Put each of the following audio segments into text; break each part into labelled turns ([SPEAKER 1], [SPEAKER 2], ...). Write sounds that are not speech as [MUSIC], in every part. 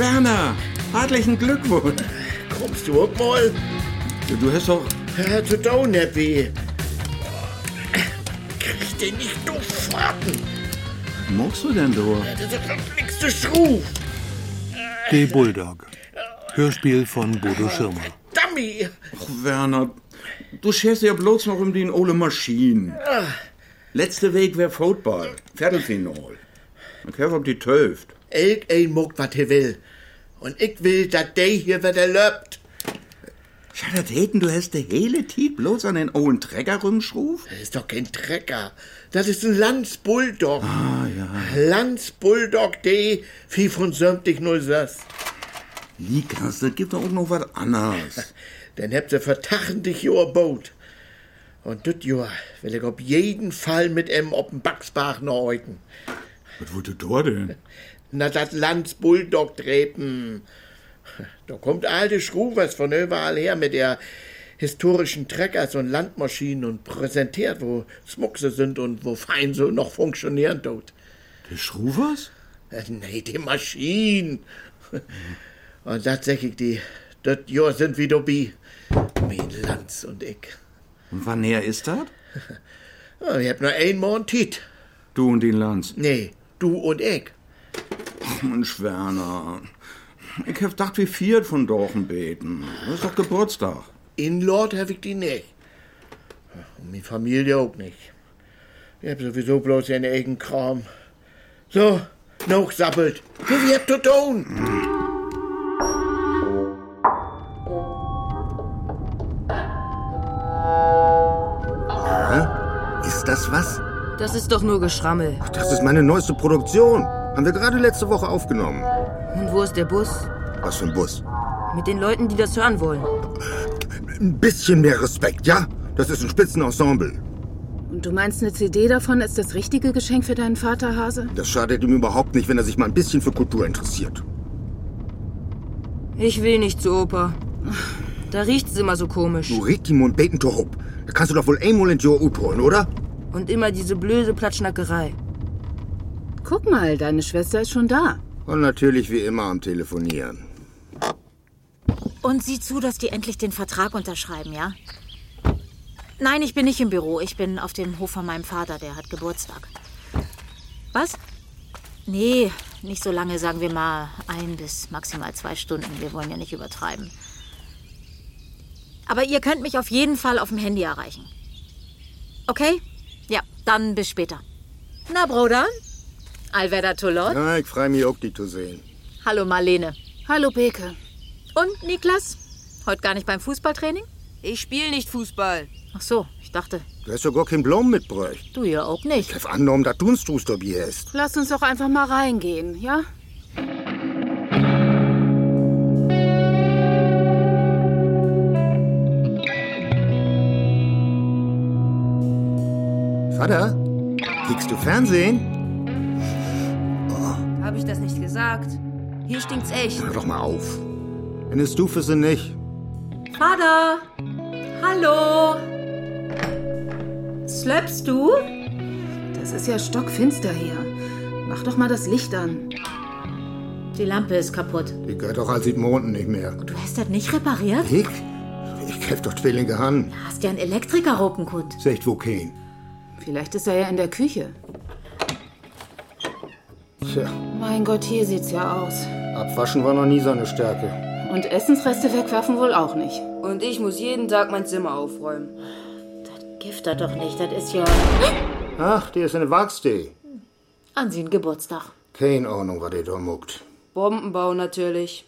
[SPEAKER 1] Anna, herzlichen Glückwunsch.
[SPEAKER 2] Kommst du auch mal?
[SPEAKER 1] Du hast doch.
[SPEAKER 2] Ja, zu down happy. Krieg den nicht durchfahren.
[SPEAKER 1] Was magst du denn da?
[SPEAKER 2] Das ist doch nix zu schruf.
[SPEAKER 3] The Bulldog. Hörspiel von Bodo Schirmer.
[SPEAKER 2] Ah, Dummy.
[SPEAKER 1] Ach, Werner, du scherst ja bloß noch um den ole Maschinen. Letzte Weg wär Football. Viertelfinal. Dann kämpf ob die Töft.
[SPEAKER 2] Elk ein mockt, was er will. Und ich will, dass der hier wieder löbt.
[SPEAKER 1] Ja, das hätten du hast de hele Tiet bloß an den olen Träger rumschruf?
[SPEAKER 2] Das ist doch kein Trecker. Das ist ein Landsbulldog. Ah, ja. Landsbulldog D, wie von sämtlich null saß.
[SPEAKER 1] Likas, das gibt doch auch noch was anderes.
[SPEAKER 2] Dann habt ihr vertachen dich joa Boot. Und das Jahr will ich auf jeden Fall mit em ob'n Backsbach neuten.
[SPEAKER 1] Was wollte da denn?
[SPEAKER 2] Na, das Landsbulldog drepen. Da kommt alte Schruvers von überall her mit der historischen Treckers und Landmaschinen und präsentiert, wo Smuck sie sind und wo fein so noch funktionieren tut. [LAUGHS]
[SPEAKER 1] Der Schruvers?
[SPEAKER 2] Äh, Nee, die Maschinen. Und tatsächlich, die, das Jahr sind wie Dobi. Mein Lanz und ich.
[SPEAKER 1] Und wann her ist das?
[SPEAKER 2] Ja, Ah, ich hab nur einmal einen Tiet.
[SPEAKER 1] Du und den Lanz.
[SPEAKER 2] Nee, du und ich.
[SPEAKER 1] Ach, Mensch, Werner. Ich hab gedacht, wie viert von Dorchen beten. Das ist doch Geburtstag.
[SPEAKER 2] In Lord hab ich die nicht. Und meine Familie auch nicht. Ich hab sowieso bloß ihren eigenen Kram. So, noch sappelt. So, wir habt zu tun.
[SPEAKER 4] Ist das was?
[SPEAKER 5] Das ist doch nur Geschrammel.
[SPEAKER 4] Das ist meine neueste Produktion. Haben wir gerade letzte Woche aufgenommen.
[SPEAKER 5] Und wo ist der Bus?
[SPEAKER 4] Was für ein Bus.
[SPEAKER 5] Mit den Leuten, die das hören wollen.
[SPEAKER 4] Ein bisschen mehr Respekt, ja? Das ist ein Spitzenensemble.
[SPEAKER 6] Und du meinst, eine CD davon ist das richtige Geschenk für deinen Vater, Hase?
[SPEAKER 4] Das schadet ihm überhaupt nicht, wenn er sich mal ein bisschen für Kultur interessiert.
[SPEAKER 5] Ich will nicht zur Oper. Da riecht's immer so komisch.
[SPEAKER 4] Du regt ihm und beten to hope. Da kannst du doch wohl einmal in Joe holen, oder?
[SPEAKER 5] Und immer diese blöde Platschnackerei.
[SPEAKER 6] Guck mal, deine Schwester ist schon da.
[SPEAKER 4] Und natürlich wie immer am Telefonieren.
[SPEAKER 7] Und sieh zu, dass die endlich den Vertrag unterschreiben, ja? Nein, ich bin nicht im Büro. Ich bin auf dem Hof von meinem Vater. Der hat Geburtstag. Was? Nee, nicht so lange, sagen wir mal ein bis maximal zwei Stunden. Wir wollen ja nicht übertreiben. Aber ihr könnt mich auf jeden Fall auf dem Handy erreichen. Okay? Ja, dann bis später. Na, Bruder? Alverda Tolot?
[SPEAKER 4] Ja, ich freue mich auch, die zu sehen.
[SPEAKER 7] Hallo, Marlene.
[SPEAKER 6] Hallo, Beke.
[SPEAKER 7] Und, Niklas? Heute gar nicht beim Fußballtraining?
[SPEAKER 5] Ich spiele nicht Fußball.
[SPEAKER 7] Ach so, ich dachte,
[SPEAKER 4] Du hast ja gar keinen Blom mitbräucht.
[SPEAKER 7] du ja auch nicht.
[SPEAKER 4] Ich hab angenommen, dass du ein Strustobi hast.
[SPEAKER 6] Lass uns doch einfach mal reingehen, ja?
[SPEAKER 4] Vater, kriegst du Fernsehen?
[SPEAKER 5] Hab ich das nicht gesagt? Hier stinkt's echt.
[SPEAKER 4] Hör doch mal auf. Wenn es du für sie nicht.
[SPEAKER 5] Vater! Hallo! Slöpst du?
[SPEAKER 6] Das ist ja stockfinster hier. Mach doch mal das Licht an.
[SPEAKER 7] Die Lampe ist kaputt.
[SPEAKER 4] Die gehört doch als sieht Monden nicht mehr.
[SPEAKER 7] Du hast das nicht repariert?
[SPEAKER 4] Ich? Ich helf doch Zwillinge an.
[SPEAKER 7] Hast ja einen Elektriker ruckenkund.
[SPEAKER 4] Secht wo kein.
[SPEAKER 6] Vielleicht ist er ja in der Küche.
[SPEAKER 4] Tja,
[SPEAKER 6] Mein Gott, hier sieht's ja aus.
[SPEAKER 4] abwaschen war noch nie seine Stärke.
[SPEAKER 6] Und Essensreste wegwerfen wohl auch nicht.
[SPEAKER 5] Und ich muss jeden Tag mein Zimmer aufräumen.
[SPEAKER 7] Gift er doch nicht, das ist ja
[SPEAKER 4] Ach, die ist eine Wachsdee.
[SPEAKER 7] an seinen Geburtstag.
[SPEAKER 4] Keine Ahnung, was die da muckt.
[SPEAKER 5] Bombenbau natürlich.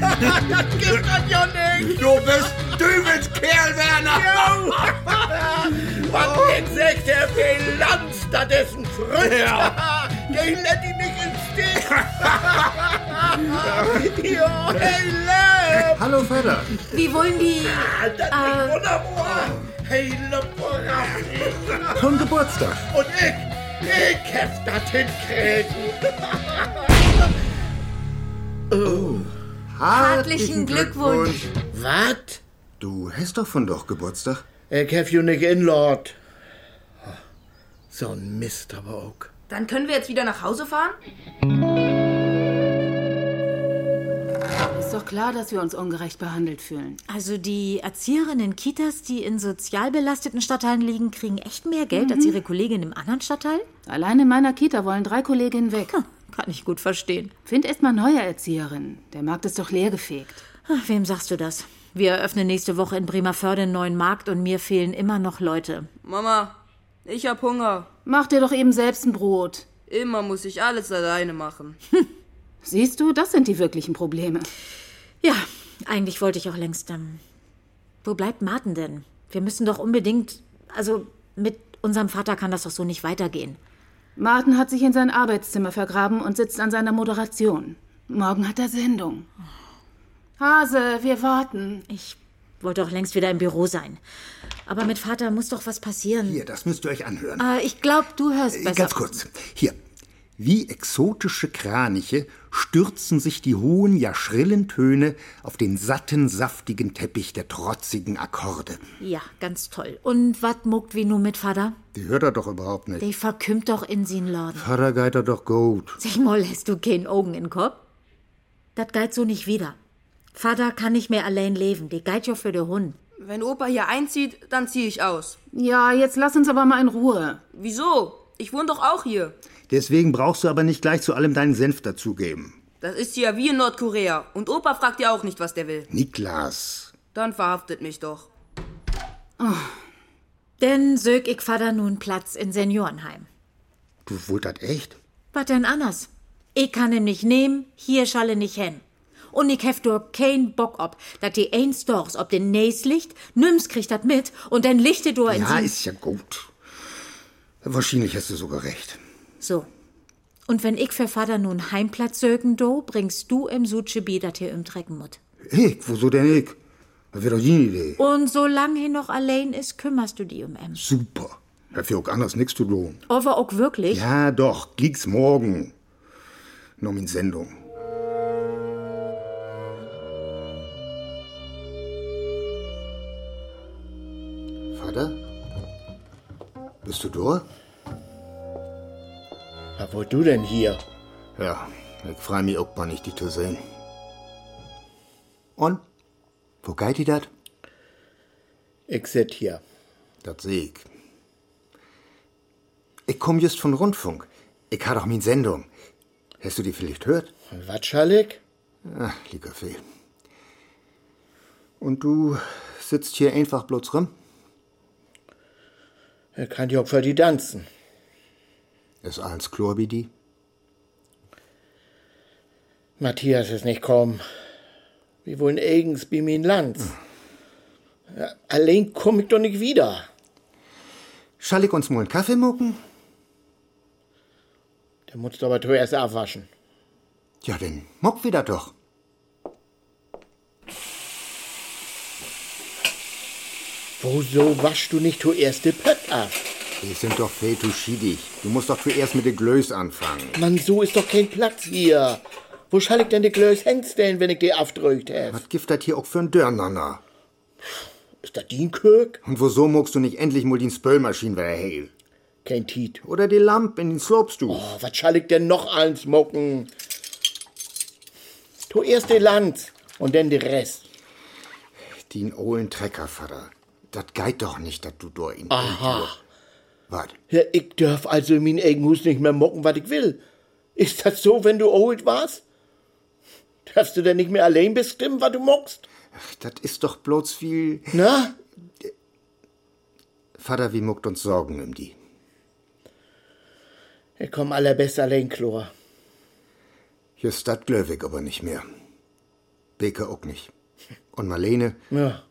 [SPEAKER 2] Das gibt das ja nicht.
[SPEAKER 1] Du bist Dübelskerl, Werner!
[SPEAKER 2] [LAUGHS] Au. Was denn sagt der Bilanz? Das ist ein Frücht. [LAUGHS] Den lässt ihn nicht im [LAUGHS] Stich. Ja, hey, Löb.
[SPEAKER 4] Hallo, Vater.
[SPEAKER 7] Wie wollen die.
[SPEAKER 2] Das ist wunderbar. Hey, Löb.
[SPEAKER 4] Zum Geburtstag.
[SPEAKER 2] Und ich, ich hab das hinkriegen.
[SPEAKER 7] Herzlichen Glückwunsch.
[SPEAKER 2] Was?
[SPEAKER 4] Du hast doch von doch Geburtstag.
[SPEAKER 2] Ich have you nicht in, Lord. So ein Mist aber auch.
[SPEAKER 6] Dann können wir jetzt wieder nach Hause fahren? Ist doch klar, dass wir uns ungerecht behandelt fühlen.
[SPEAKER 7] Also die Erzieherinnen in Kitas, die in sozial belasteten Stadtteilen liegen, kriegen echt mehr Geld als ihre Kolleginnen im anderen Stadtteil?
[SPEAKER 6] Allein in meiner Kita wollen drei Kolleginnen weg.
[SPEAKER 7] Hm, kann ich gut verstehen.
[SPEAKER 6] Find erst mal neue Erzieherinnen. Der Markt ist doch leergefegt.
[SPEAKER 7] Ach, wem sagst du das? Wir eröffnen nächste Woche in Bremerförde einen neuen Markt und mir fehlen immer noch Leute.
[SPEAKER 8] Mama, ich hab Hunger.
[SPEAKER 6] Mach dir doch eben selbst ein Brot.
[SPEAKER 8] Immer muss ich alles alleine machen.
[SPEAKER 6] Siehst du, das sind die wirklichen Probleme.
[SPEAKER 7] Ja, eigentlich wollte ich auch längst. Ähm, wo bleibt Martin denn? Wir müssen doch unbedingt. Also, mit unserem Vater kann das doch so nicht weitergehen.
[SPEAKER 6] Martin hat sich in sein Arbeitszimmer vergraben und sitzt an seiner Moderation. Morgen hat er Sendung. Hase, wir warten.
[SPEAKER 7] Ich wollte auch längst wieder im Büro sein. Aber mit Vater muss doch was passieren.
[SPEAKER 4] Hier, das müsst ihr euch anhören. Äh,
[SPEAKER 7] Äh, ich glaube, du hörst besser.
[SPEAKER 4] Ganz kurz. Hier. Wie exotische Kraniche stürzen sich die hohen, ja schrillen Töne auf den satten, saftigen Teppich der trotzigen Akkorde.
[SPEAKER 7] Ja, ganz toll. Und was muckt wie nun mit Vater?
[SPEAKER 4] Die hört er doch überhaupt nicht.
[SPEAKER 7] Die verkümmt doch in sin Laden.
[SPEAKER 4] Vater geht er doch gut.
[SPEAKER 7] Sag mal, hast du keinen Augen in Kopf? Das geht so nicht wieder. Vater kann nicht mehr allein leben. Die geht ja für den Hund.
[SPEAKER 8] Wenn Opa hier einzieht, dann zieh ich aus.
[SPEAKER 6] Ja, jetzt lass uns aber mal in Ruhe.
[SPEAKER 8] Wieso? Ich wohne doch auch hier.
[SPEAKER 4] Deswegen brauchst du aber nicht gleich zu allem deinen Senf dazugeben.
[SPEAKER 8] Das ist ja wie in Nordkorea. Und Opa fragt ja auch nicht, was der will.
[SPEAKER 4] Niklas.
[SPEAKER 8] Dann verhaftet mich doch.
[SPEAKER 7] Denn sög ich Vater nun Platz in Seniorenheim.
[SPEAKER 4] Du wolltest echt?
[SPEAKER 7] Was denn anders? Ich kann ihn nicht nehmen, hier schalle nicht hin. Und ich hef durch keinen Bock ob, dat die eins dorchs ob den nächst Licht, nimm's kriegt dat mit und dann lichte du in
[SPEAKER 4] Ja,
[SPEAKER 7] sin-
[SPEAKER 4] ist ja gut. Wahrscheinlich hast du sogar recht.
[SPEAKER 7] So. Und wenn ich für Vater nun Heimplatz sögen do, bringst du im Sutschebi dat hier im Drecken mut.
[SPEAKER 4] Ich, wieso denn ich? Das wäre doch die Idee.
[SPEAKER 7] Und solange er noch allein ist, kümmerst du dich um em.
[SPEAKER 4] Super. Dafür auch anders nichts zu tun.
[SPEAKER 7] Aber auch wirklich?
[SPEAKER 4] Ja, doch, liegt's morgen. Noch in Sendung. Vater? Bist du durch?
[SPEAKER 2] Was wollt du denn hier?
[SPEAKER 4] Ja, ich freue mich auch mal nicht, die zu sehen. Und? Wo geht die dat?
[SPEAKER 2] Ich sit hier.
[SPEAKER 4] Das seh ich. Ich komm just von Rundfunk. Ich ha doch min Sendung. Hast du die vielleicht hört?
[SPEAKER 2] Was schall ich?
[SPEAKER 4] Ach, Ah, lieber Fee. Und du sitzt hier einfach bloß rum?
[SPEAKER 2] Ich kann ja auch für die tanzen.
[SPEAKER 4] Ist alles klar wie die?
[SPEAKER 2] Matthias ist nicht kommen. Wir wollen eigens bei mir in Lanz. Ja, Allein komm ich doch nicht wieder.
[SPEAKER 4] Schall ich uns mal einen Kaffee mucken?
[SPEAKER 2] Der musst du aber zuerst abwaschen.
[SPEAKER 4] Ja, dann muck wieder doch.
[SPEAKER 2] Wieso waschst du nicht zuerst die Pött ab?
[SPEAKER 4] Wir sind doch viel zu schiedig. Du musst doch zuerst mit den Glöß anfangen.
[SPEAKER 2] Mann, so ist doch kein Platz hier. Wo schall ich denn die Glöß hinstellen, wenn ich die abdrückt hab?
[SPEAKER 4] Was gibt das hier auch für ein Dörrnanner?
[SPEAKER 2] Ist das die Kirk?
[SPEAKER 4] Und wieso muckst du nicht endlich mal die Spölmaschine wieder heil?
[SPEAKER 2] Kein Tiet.
[SPEAKER 4] Oder die Lampe in den slopst du?
[SPEAKER 2] Oh, was schall ich denn noch eins mucken? Zuerst die Lanz und dann die Rest.
[SPEAKER 4] Den ohlen Trecker, Vater. Das geht doch nicht, dass du da in
[SPEAKER 2] Aha.
[SPEAKER 4] Wart,
[SPEAKER 2] Ja, ich darf also mein Eigenhus nicht mehr mocken, was ich will. Ist das so, wenn du old warst? Darfst du denn nicht mehr allein bestimmen, was du mockst?
[SPEAKER 4] das ist doch bloß viel...
[SPEAKER 2] Na?
[SPEAKER 4] Vater, wie muckt uns Sorgen um die?
[SPEAKER 2] Ich komm allerbest allein, Chlor.
[SPEAKER 4] Just dat Glöwig aber nicht mehr. Beke auch nicht. Und Marlene,
[SPEAKER 2] Ja.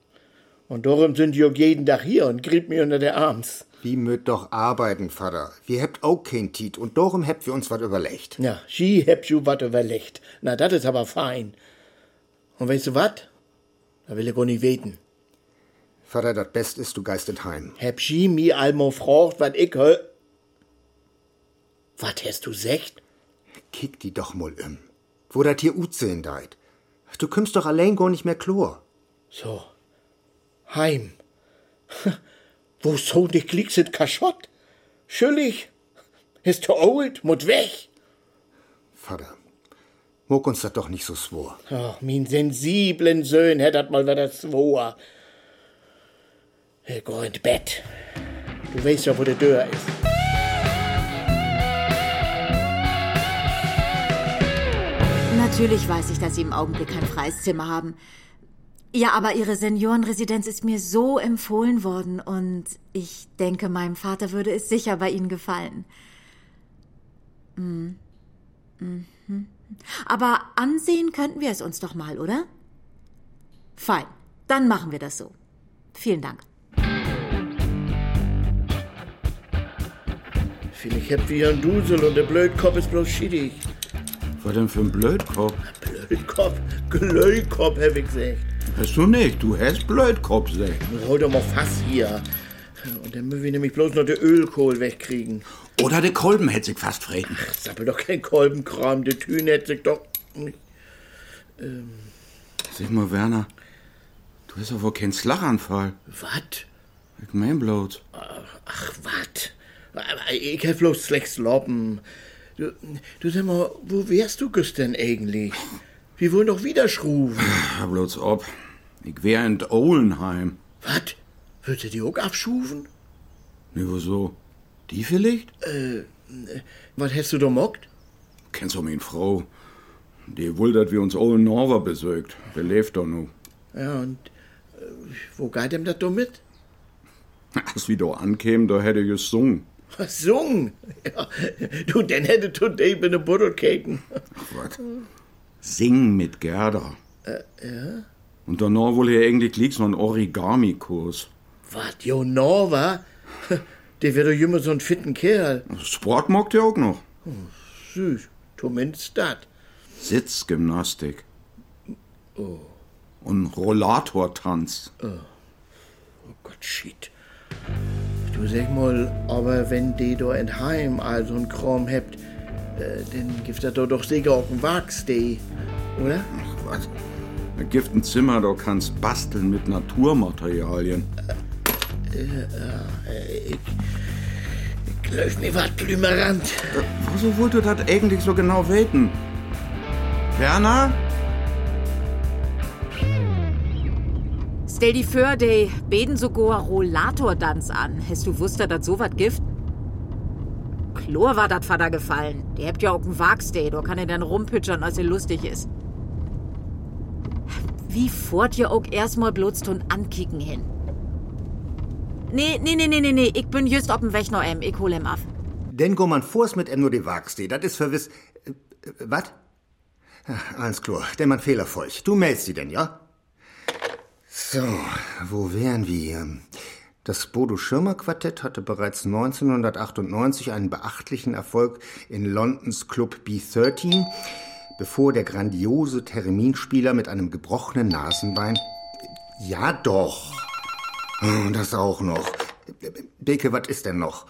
[SPEAKER 2] Und darum sind die auch jeden Tag hier und grieb mir unter der Arms.
[SPEAKER 4] wie möt doch arbeiten, Vater. Wir hebt auch kein Tiet und darum hebt wir uns wat überlegt.
[SPEAKER 2] Ja, sie hebt schon was überlegt. Na, das ist aber fein. Und weißt du wat? Da will ich auch nicht weten.
[SPEAKER 4] Vater, dat Best ist, du geistet heim.
[SPEAKER 2] Heb sie mir einmal gefragt, was ich hö... Was hast du secht?
[SPEAKER 4] Kick die doch mal um. Wo dat hier Uze deit. Du kümmst doch allein gar nicht mehr Chlor.
[SPEAKER 2] So, Heim. [LAUGHS] Wozu die Klicks in Kaschott? Schüllig. Ist der old, mut weg.
[SPEAKER 4] Vater, mog uns das doch nicht so swor.
[SPEAKER 2] Ach, min sensiblen Söhn hätt dat mal wieder zwoer. Ich geh in Bett. Du weißt ja, wo die Tür ist.
[SPEAKER 7] Natürlich weiß ich, dass Sie im Augenblick kein freies Zimmer haben. Ja, aber Ihre Seniorenresidenz ist mir so empfohlen worden und ich denke, meinem Vater würde es sicher bei Ihnen gefallen. Hm. Mhm. Aber ansehen könnten wir es uns doch mal, oder? Fein, dann machen wir das so. Vielen Dank.
[SPEAKER 2] Vielleicht habt ihr einen Dusel und der Blödkopf ist bloß schiedig.
[SPEAKER 1] Was denn für ein Blödkopf?
[SPEAKER 2] Blödkopf? Glödkopf, hab ich gesagt.
[SPEAKER 1] Hast du nicht, du hast Blödkopf, sag.
[SPEAKER 2] Nun hol doch mal Fass hier. Und dann müssen wir nämlich bloß noch den Ölkohl wegkriegen.
[SPEAKER 1] Oder der Kolben hätte sich fast freten.
[SPEAKER 2] Sappel doch kein Kolbenkram, die Tüne hätte sich doch...
[SPEAKER 1] Sag mal, Werner, du hast doch wohl keinen Schlaganfall.
[SPEAKER 2] Wat?
[SPEAKER 1] Ich mein bloß.
[SPEAKER 2] Ach, wat? Ich hab bloß schlecht loben. Du, du sag mal, wo wärst du gestern eigentlich? Wir wollen doch wieder schrufen.
[SPEAKER 1] Ja, Ah, bloß ob. Ich wär in Ohlenheim.
[SPEAKER 2] Wat? Würdest du die auch abschufen?
[SPEAKER 1] Ne, wieso? Die vielleicht?
[SPEAKER 2] Was hast du da mockt?
[SPEAKER 1] Kennst du meine Frau? Die wundert, wie uns Owen Norwer besögt. Der lebt doch nu.
[SPEAKER 2] Ja, und äh, wo geht ihm das da mit?
[SPEAKER 1] Als wir da ankämen, da hätte ich gesungen.
[SPEAKER 2] Was sung? Ja, du, dann hätte du eben eine Butterkeken.
[SPEAKER 1] Was? Singen mit Gerda. Äh, ja? Und danach wohl hier eigentlich liegt so ein Origami-Kurs.
[SPEAKER 2] Was, Jo Norva? Der wäre doch immer so ein fitten Kerl.
[SPEAKER 1] Sport mag der auch noch.
[SPEAKER 2] Süß, zumindest das.
[SPEAKER 1] Sitzgymnastik. Oh. Und Rollatortanz.
[SPEAKER 2] Oh Gott, shit. Du sag mal, aber wenn die da in Heim all so ein Kram habt, äh, dann gibt das da doch sicher auch einen Wachsdee, oder?
[SPEAKER 1] Was? Da gibt ein Zimmer, da kannst basteln mit Naturmaterialien.
[SPEAKER 2] Läuft mir was blümerant.
[SPEAKER 1] Wieso wollt ihr das eigentlich so genau weten? Werner?
[SPEAKER 7] Stell dir für, die beten sogar Rollator-Tanz an. Hast du wusst, dass so was gibt? Chlor war dat Vater gefallen. Die habt ja auch einen Wachsday, da kann er dann rumpitschern, als er lustig ist. Wie fort ihr auch erstmal bloß und ankicken hin? Nee, nee, nee, nee, nee, nee, ich bin just ob'n Weg noch em, ich hol em af.
[SPEAKER 4] Denn go man vors mit em nur die Wagste, das ist verwiss. Äh, äh, wat? Ah, Alles klar, denn man fehlerfolg. Du meldst sie denn, ja? So, wo wären wir? Das Bodo-Schirmer-Quartett hatte bereits 1998 einen beachtlichen Erfolg in Londons Club B13, bevor der grandiose Terminspieler mit einem gebrochenen Nasenbein. Ja, doch. Hm, Das auch noch. Äh, Beke, was ist denn noch?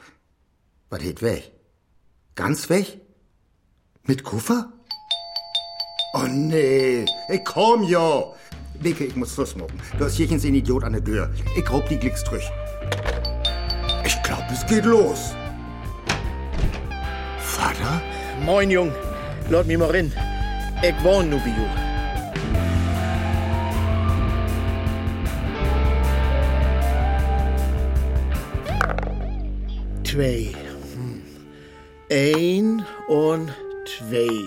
[SPEAKER 4] Was geht weg? Ganz weg? Mit Koffer? Oh nee, ich komm ja. Beke, ich muss versmocken. Du hast jechens ein Idiot an der Tür. Ich raub die Glicks durch. Ich glaub, es geht los. Vater?
[SPEAKER 2] Moin, Jung. Laut mir mal rein. Ich wohne nur bei Jung. Zwei. Hm. Ein und zwei.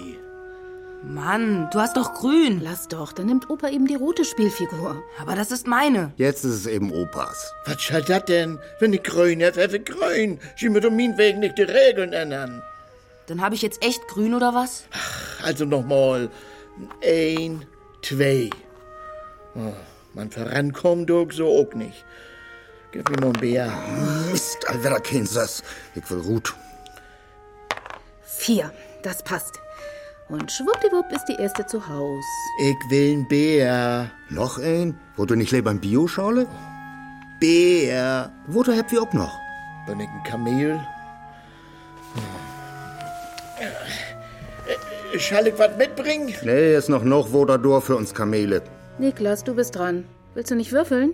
[SPEAKER 5] Mann, du hast doch grün.
[SPEAKER 6] Lass doch, dann nimmt Opa eben die rote Spielfigur.
[SPEAKER 5] Aber das ist meine.
[SPEAKER 4] Jetzt ist es eben Opas.
[SPEAKER 2] Was soll das denn? Wenn ich grün hätte, hätte ich grün. Sie müssen um meinetwegen nicht die Regeln ändern.
[SPEAKER 5] Dann habe ich jetzt echt grün oder was?
[SPEAKER 2] Also nochmal. Ein, zwei. Oh, man vorankommt doch so auch nicht. Gib mir mal ein Bier.
[SPEAKER 4] Mist, Alvera Kansas. Ich will Ruth.
[SPEAKER 6] Vier, das passt. Und schwuppdiwupp ist die erste zu Haus.
[SPEAKER 2] Ich will ein Bier.
[SPEAKER 4] Noch ein? Wo du nicht lieber ein Bio schaule?
[SPEAKER 2] Bier.
[SPEAKER 4] Wo du habt wir auch noch?
[SPEAKER 2] Bin ich ein Kamel? Äh, Soll ich was mitbringen?
[SPEAKER 4] Nee, ist noch noch Wodador für uns Kamele.
[SPEAKER 6] Niklas, du bist dran. Willst du nicht würfeln?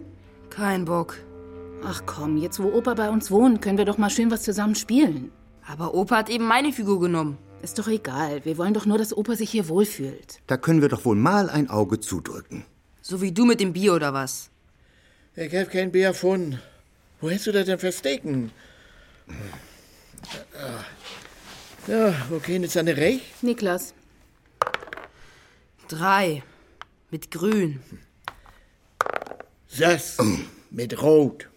[SPEAKER 5] Kein Bock.
[SPEAKER 6] Ach komm, jetzt wo Opa bei uns wohnt, können wir doch mal schön was zusammen spielen.
[SPEAKER 5] Aber Opa hat eben meine Figur genommen.
[SPEAKER 6] Ist doch egal. Wir wollen doch nur, dass Opa sich hier wohlfühlt.
[SPEAKER 4] Da können wir doch wohl mal ein Auge zudrücken.
[SPEAKER 5] So wie du mit dem Bier oder was?
[SPEAKER 2] Ich hab kein Bier gefunden. Wo hast du das denn verstecken? Ah. Ja, okay, jetzt an der Reich.
[SPEAKER 6] Niklas,
[SPEAKER 5] Drei. Mit Grün.
[SPEAKER 2] Sechs. [CLEARS THROAT] Mit Rot.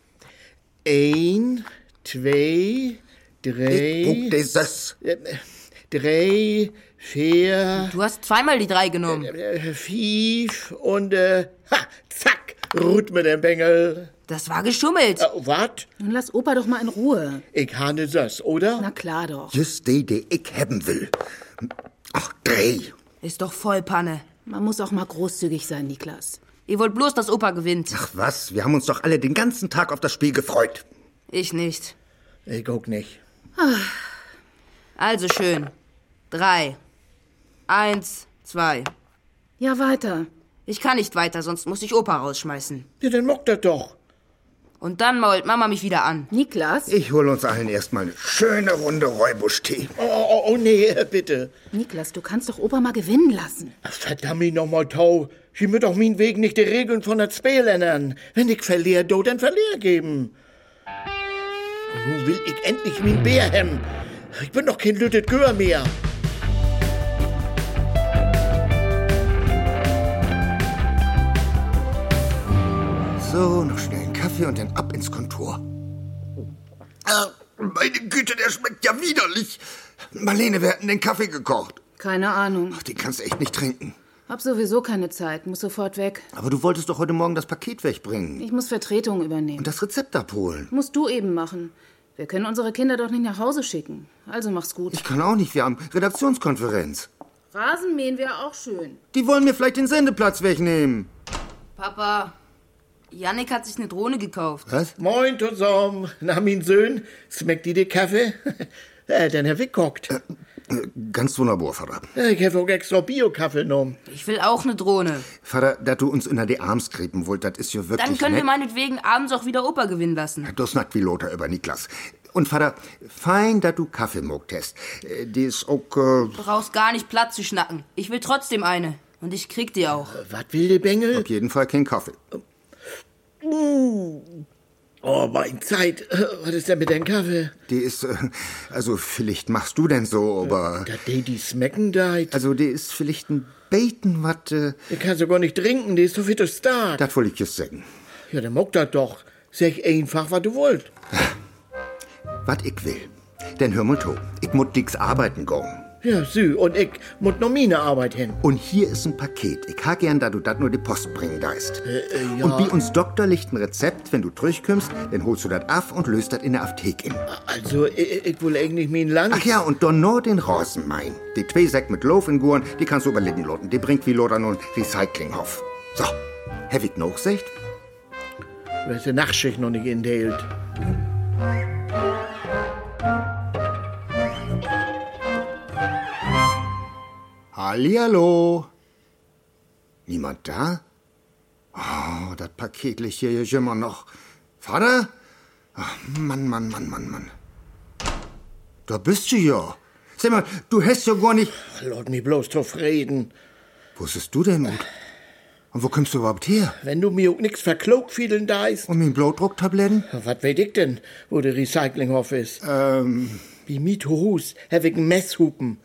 [SPEAKER 2] Ein, zwei,
[SPEAKER 4] Guck
[SPEAKER 2] drei,
[SPEAKER 4] dieses.
[SPEAKER 2] äh, drei, vier,
[SPEAKER 5] Du hast zweimal die drei genommen.
[SPEAKER 2] äh, fünf und äh, ha, zack, ruht mir den Bengel.
[SPEAKER 5] Das war geschummelt.
[SPEAKER 2] Äh, wat?
[SPEAKER 6] nun lass Opa doch mal in Ruhe.
[SPEAKER 2] Ich hane das, oder?
[SPEAKER 6] Na klar doch.
[SPEAKER 4] Just die, die ich haben will. Ach, drei.
[SPEAKER 5] Ist doch voll Panne.
[SPEAKER 6] Man muss auch mal großzügig sein, Niklas.
[SPEAKER 5] Ihr wollt bloß, dass Opa gewinnt.
[SPEAKER 4] Ach was, wir haben uns doch alle den ganzen Tag auf das Spiel gefreut.
[SPEAKER 5] Ich nicht.
[SPEAKER 2] Ich guck nicht.
[SPEAKER 5] Also schön. Drei. Eins, zwei.
[SPEAKER 6] Ja, weiter.
[SPEAKER 5] Ich kann nicht weiter, sonst muss ich Opa rausschmeißen.
[SPEAKER 2] Ja, dann mockt das doch.
[SPEAKER 5] Und dann mault Mama mich wieder an.
[SPEAKER 6] Niklas?
[SPEAKER 4] Ich hol uns allen erstmal eine schöne Runde Räubusch-Tee.
[SPEAKER 2] Oh, oh, oh nee, [LAUGHS] äh, bitte.
[SPEAKER 6] Niklas, du kannst doch Opa mal gewinnen lassen.
[SPEAKER 2] Ach, Verdammt mich nochmal, Tau. Ich muss doch meinen Weg nicht die Regeln von das Spiel ändern. Wenn ich verliere, do, dann verliere geben. Und Nun will ich endlich mein Bär haben. Ich bin doch kein Lüttet Gör mehr.
[SPEAKER 4] So, noch schnell einen Kaffee und dann ab ins Kontor. Ah, meine Güte, der schmeckt ja widerlich. Marlene, wir hätten den Kaffee gekocht.
[SPEAKER 6] Keine Ahnung.
[SPEAKER 4] Ach, den kannst du echt nicht trinken.
[SPEAKER 6] Hab sowieso keine Zeit. Muss sofort weg.
[SPEAKER 4] Aber du wolltest doch heute Morgen das Paket wegbringen
[SPEAKER 6] Ich muss Vertretung übernehmen.
[SPEAKER 4] und das Rezept abholen.
[SPEAKER 6] Musst du eben machen. Wir können unsere Kinder doch nicht nach Hause schicken. Also mach's gut.
[SPEAKER 4] Ich kann auch nicht, wir haben Redaktionskonferenz.
[SPEAKER 6] Rasenmähen wäre auch schön.
[SPEAKER 4] Die wollen mir vielleicht den Sendeplatz wegnehmen.
[SPEAKER 5] Papa, Yannick hat sich eine Drohne gekauft.
[SPEAKER 4] Was?
[SPEAKER 2] Moin zusammen. Na, mein Sohn, schmeckt dir der Kaffee? [LAUGHS] äh, dann hab ich gekocht.
[SPEAKER 4] Äh, Ganz wunderbar, Vater.
[SPEAKER 2] Äh, Ich hab auch extra Bio-Kaffee genommen.
[SPEAKER 5] Ich will auch eine Drohne.
[SPEAKER 4] Vater, dass du uns unter die Arms kriegen wollt, das ist ja wirklich
[SPEAKER 5] Dann können wir
[SPEAKER 4] nett.
[SPEAKER 5] meinetwegen abends auch wieder Opa gewinnen lassen.
[SPEAKER 4] Das nackt wie Lothar über Niklas. Und Vater, fein, dass du Kaffee mogt hast. Äh, Die ist auch... Äh,
[SPEAKER 5] Du brauchst gar nicht platt zu schnacken. Ich will trotzdem eine. Und ich krieg die auch.
[SPEAKER 2] Was will der Bengel?
[SPEAKER 4] auf jeden Fall kein Kaffee.
[SPEAKER 2] Oh, mein Zeit. Was ist denn mit dem Kaffee?
[SPEAKER 4] Die ist, äh, also vielleicht machst du denn so, aber...
[SPEAKER 2] Da die, die schmecken da. Ich
[SPEAKER 4] Also die ist vielleicht ein Beten, was... Äh,
[SPEAKER 2] kann sogar nicht trinken, die ist so viel zu stark.
[SPEAKER 4] das wollte ich jetzt sagen.
[SPEAKER 2] Ja, dann mockt das doch. Sag einfach, was du wollt.
[SPEAKER 4] Was ich will. Denn hör mal to, ich muss dicks arbeiten gehen.
[SPEAKER 2] Ja, sü, und ich muss noch meine Arbeit hin.
[SPEAKER 4] Und hier ist ein Paket. Ich ha gern, da du dat nur die Post bringen deist. Und wie uns Doktor liegt ein Rezept, wenn du durchkommst, dann holst du dat af und löst dat in der Apotheke in.
[SPEAKER 2] Also, ich, ich will eigentlich mein Land.
[SPEAKER 4] Ach ja, und dann noch den Rosenmain. Die zwei Säck mit Lofinguren, die kannst du überlegen loten. Die bringt wie Lothar nun Recyclinghof. So, hab ich noch gesagt?
[SPEAKER 2] Weil die Nachtschicht noch nicht enthält.
[SPEAKER 4] Hallihallo? Niemand da? Oh, das Paket liegt hier, hier immer noch. Vater? Ach, Mann, Mann, Mann, Mann, Mann. Da bist du ja. Sag mal, du hast ja gar nicht...
[SPEAKER 2] Lass mich bloß zufrieden.
[SPEAKER 4] Wo bist du denn? Und, und wo kommst du überhaupt her?
[SPEAKER 2] Wenn du mir auch nix verklog fiedeln da ist.
[SPEAKER 4] Und mit den Blutdrucktabletten?
[SPEAKER 2] Was weiß ich denn, wo der Recyclinghof ist?
[SPEAKER 4] Ähm,
[SPEAKER 2] Wie mit Hus, hab ich einen Messhupen.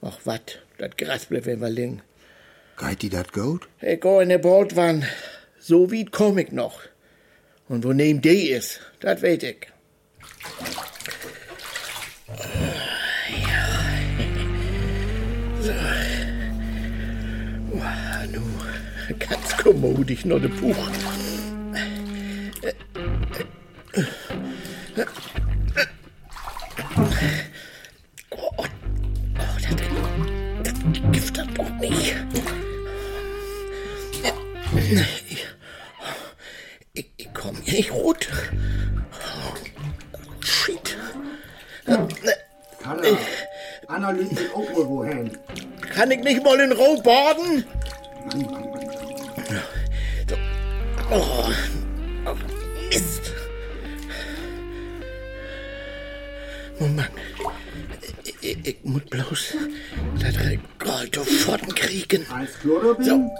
[SPEAKER 2] Ach, wat, das Gras bleibt immer liegen.
[SPEAKER 4] geht die dat gut?
[SPEAKER 2] Ich geh in der Bordwand. So weit komm ich noch. Und wo neben die ist, das weiß ich. So. Wow, nu, ganz kommodig noch ne Buch. Oh, oh, oh, das, das Gift hat doch nicht. Ich, ich komm hier nicht rot. Shit.
[SPEAKER 4] Kalle, Anna legt sich auch wohl wohin.
[SPEAKER 2] Kann ich nicht mal in Roh baden? So. Oh. Moment. Ich, ich muss bloß das Gold sofort kriegen.
[SPEAKER 4] Hans Klorobin? So.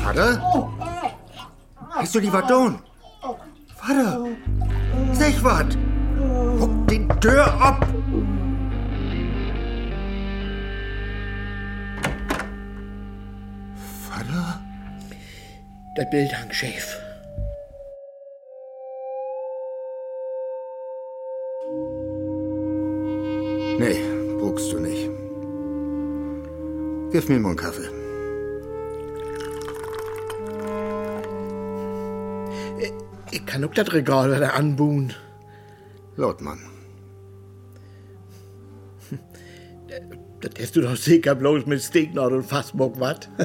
[SPEAKER 4] Vater? Bist du die Wadon? Vater? Sech wat? Huck die Tür ab! Vater?
[SPEAKER 2] Das Bild hang schief.
[SPEAKER 4] Nee, druckst du nicht. Gib mir mal einen Kaffee.
[SPEAKER 2] Ich kann auch das Regal wieder anbuhen.
[SPEAKER 4] Lautmann.
[SPEAKER 2] Das hast du doch sicher bloß mit Steaknadel und Fassbock, wat? [LAUGHS]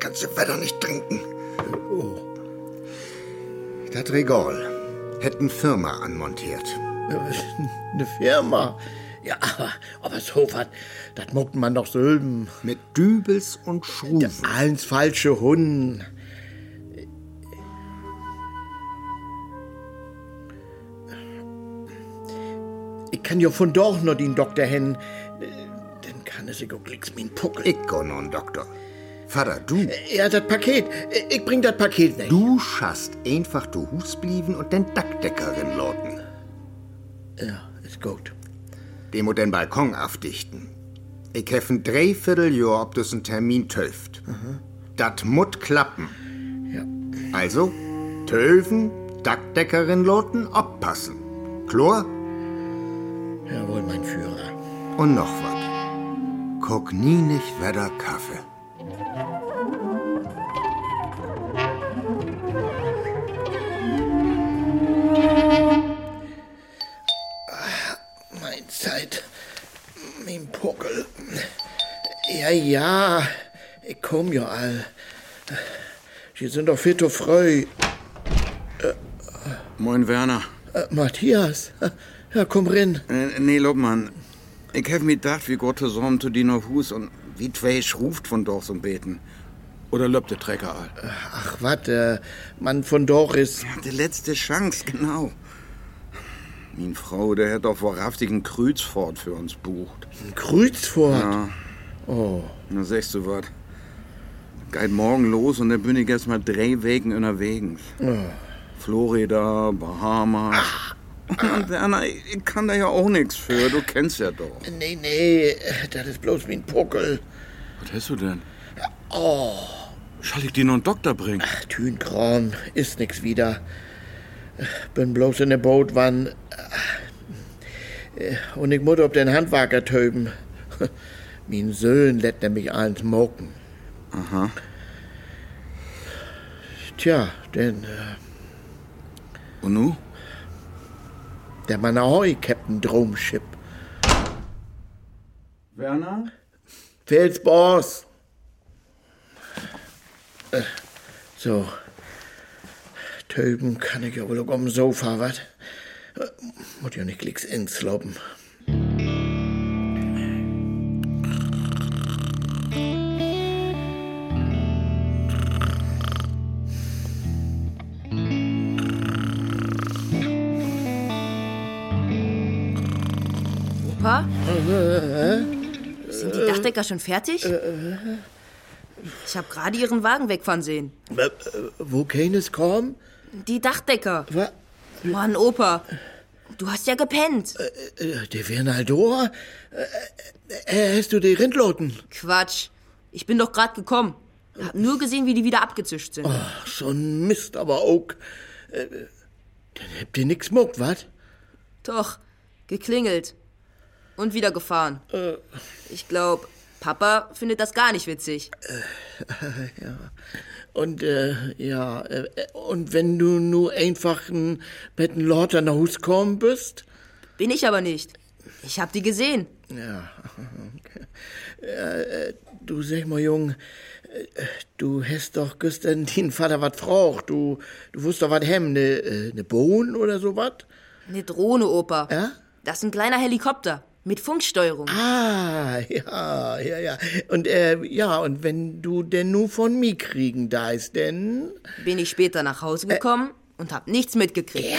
[SPEAKER 4] Kannst du weiter nicht trinken. Oh. Das Regal hätten Firma anmontiert.
[SPEAKER 2] Eine Firma. Ja, aber, aber so was, das muckt man doch selben.
[SPEAKER 4] Mit Dübels und Schrufen.
[SPEAKER 2] Allens falsche Hunden. Ich kann ja von dort noch den Doktor hin. Dann kann es ich auch nix mit dem Puckel.
[SPEAKER 4] Ich go non, Doktor. Vater, du.
[SPEAKER 2] ja, das Paket. Ich bring das Paket weg.
[SPEAKER 4] Du schaffst einfach du Hus blieben und den Dackdeckerin lauten.
[SPEAKER 2] Ja, ist gut.
[SPEAKER 4] Dem und den Balkon afdichten. Ich heffen dreiviertel Jahr, ob das einen Termin töft. Dat mut klappen.
[SPEAKER 2] Ja.
[SPEAKER 4] Also, töfen, Dackdeckerin lauten, abpassen. Chlor
[SPEAKER 2] Jawohl, mein Führer.
[SPEAKER 4] und noch was. Guck nie nicht wedder Kaffee.
[SPEAKER 2] Mein Zeit. Mein Puckel. Ja, ja. Ich komm ja all. Sie sind doch viel zu früh.
[SPEAKER 1] Moin, Werner.
[SPEAKER 2] Äh, Matthias. Ja, komm rein.
[SPEAKER 1] Äh, nee, Lobmann. Ich hab mir gedacht, wie Gott zusammen zu dir auf Hus und wie Tweisch ruft von dort zum Beten. Oder löbt der Trecker all.
[SPEAKER 2] Ach, wat, äh, Mann von Doris.
[SPEAKER 1] Ja, die letzte Chance, genau. Min Frau, der hätte doch wahrhaftig einen Krüzfort für uns bucht.
[SPEAKER 2] Kreuzfurt.
[SPEAKER 1] Ja. Na, sagst du was? Geht morgen los und dann bin ich erst mal drei Wegen unterwegs. Florida, Bahamas. Ah. Werner, ich kann da ja auch nichts für, du kennst ja doch.
[SPEAKER 2] Nee, nee, äh, das ist bloß mein Puckel.
[SPEAKER 1] Was hast du denn? Oh. Soll ich dir noch einen Doktor bringen?
[SPEAKER 2] Ach, Tünkram, ist nix wieder. Äh, Bin bloß in der Bootwann. Äh, Und ich muss ob den Handwerker töben. [LAUGHS] Mein Söhn lädt nämlich allen smoken.
[SPEAKER 1] Aha.
[SPEAKER 2] Tja, denn äh,
[SPEAKER 1] Und nu?
[SPEAKER 2] der Mann Ahoi, Captain Dromship.
[SPEAKER 1] Werner?
[SPEAKER 2] Fehlt's Boss. Äh, So. Töben kann ich ja wohl auch am Sofa, wat? Äh, Muss ja nicht glicks ins Loben.
[SPEAKER 7] Opa? Sind die Dachdecker schon fertig? Ich habe gerade ihren Wagen wegfahren sehen.
[SPEAKER 2] Äh, äh, Wo keines kam?
[SPEAKER 7] Die Dachdecker.
[SPEAKER 2] Wa?
[SPEAKER 7] Mann, Opa. Du hast ja gepennt.
[SPEAKER 2] Äh, Der Wernaldor? Äh, äh, hast du die Rindloten?
[SPEAKER 7] Quatsch. Ich bin doch gerade gekommen. Hab nur gesehen, wie die wieder abgezischt sind.
[SPEAKER 2] Ach, so ein Mist, aber auch. Äh, Dann habt ihr nix muckt, wat?
[SPEAKER 7] Doch, geklingelt. Und wieder gefahren.
[SPEAKER 2] Äh.
[SPEAKER 7] Ich glaub, Papa findet das gar nicht witzig.
[SPEAKER 2] Und, äh, ja, äh, und wenn du nur einfach ein Bettenlord an der Hus kommen bist?
[SPEAKER 7] Bin ich aber nicht. Ich hab die gesehen.
[SPEAKER 2] Ja. okay. Äh, äh, Du sag mal, Jung, äh, du hast doch gestern den Vater was braucht. Du, du wusst doch was hem, ne, äh, ne Bohnen oder so was?
[SPEAKER 7] Eine Drohne, Opa.
[SPEAKER 2] Ja?
[SPEAKER 7] Das ist ein kleiner Helikopter. Mit Funksteuerung.
[SPEAKER 2] Ah, [LAUGHS] ja, ja, ja. Und äh, ja, und wenn du denn nur von mir kriegen darfst, denn
[SPEAKER 8] Bin ich später nach Hause
[SPEAKER 2] Äh.
[SPEAKER 8] gekommen und hab nichts mitgekriegt.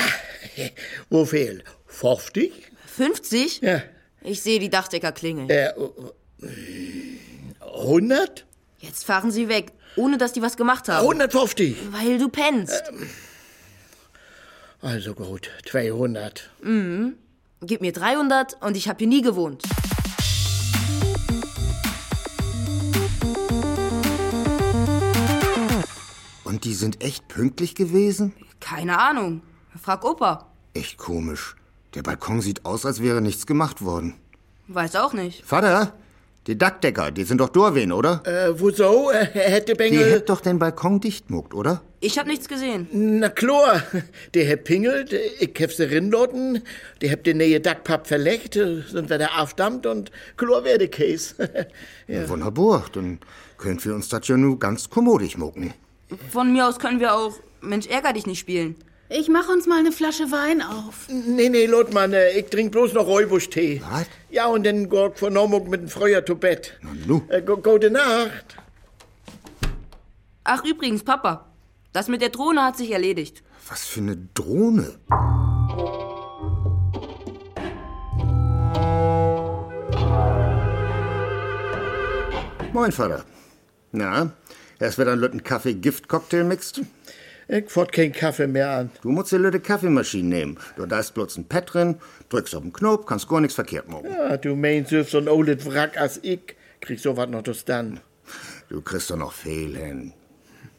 [SPEAKER 2] wo fehl? 50?
[SPEAKER 8] 50?
[SPEAKER 2] Ja.
[SPEAKER 8] Ich sehe die Dachdecker klingeln.
[SPEAKER 2] 100?
[SPEAKER 8] Jetzt fahren sie weg, ohne dass die was gemacht haben.
[SPEAKER 2] 150.
[SPEAKER 8] Weil du pennst.
[SPEAKER 2] Also gut, 200.
[SPEAKER 8] Gib mir 300 und ich hab hier nie gewohnt.
[SPEAKER 4] Und die sind echt pünktlich gewesen?
[SPEAKER 8] Keine Ahnung. Frag Opa.
[SPEAKER 4] Echt komisch. Der Balkon sieht aus, als wäre nichts gemacht worden.
[SPEAKER 8] Weiß auch nicht.
[SPEAKER 4] Vater, die Dachdecker, die sind doch Dorwen, oder?
[SPEAKER 2] Äh, wieso? Äh, hätte
[SPEAKER 4] die
[SPEAKER 2] Bengel.
[SPEAKER 4] hätt doch den Balkon dichtmuckt, oder?
[SPEAKER 8] Ich hab nichts gesehen.
[SPEAKER 2] Na klar, der Herr Pingelt, ich hab sie rindotten, der hab den neue Dackpapp verlegt, äh, sind wir da afdammt und klar wär der [LAUGHS] Case.
[SPEAKER 4] Wunderbar, dann können wir uns das ja nur ganz kommodisch mucken.
[SPEAKER 8] Von mir aus können wir auch Mensch, ärger dich nicht spielen.
[SPEAKER 6] Ich mache uns mal eine Flasche Wein auf.
[SPEAKER 2] nee, nee, Lotmann, äh, ich trink bloß noch Räubusch-Tee.
[SPEAKER 4] Was?
[SPEAKER 2] Ja, und dann gorg von Normung mit dem Feuer zu Bett.
[SPEAKER 4] nu.
[SPEAKER 2] Äh, gu- gute Nacht.
[SPEAKER 8] Ach, übrigens, Papa. Das mit der Drohne hat sich erledigt.
[SPEAKER 4] Was für eine Drohne. Moin, Vater. Na, erst wird ein Lütten Kaffee Gift-Cocktail mixt.
[SPEAKER 2] Ich fort keinen Kaffee mehr an.
[SPEAKER 4] Du musst die Lütte Kaffeemaschine nehmen. Du darfst bloß ein Pad drin, drückst auf den Knopf, kannst gar nichts verkehrt machen.
[SPEAKER 2] Ah, du meinst, du so ein oldet Wrack als ich, krieg sowas noch das dann.
[SPEAKER 4] Du kriegst doch noch Fehlen.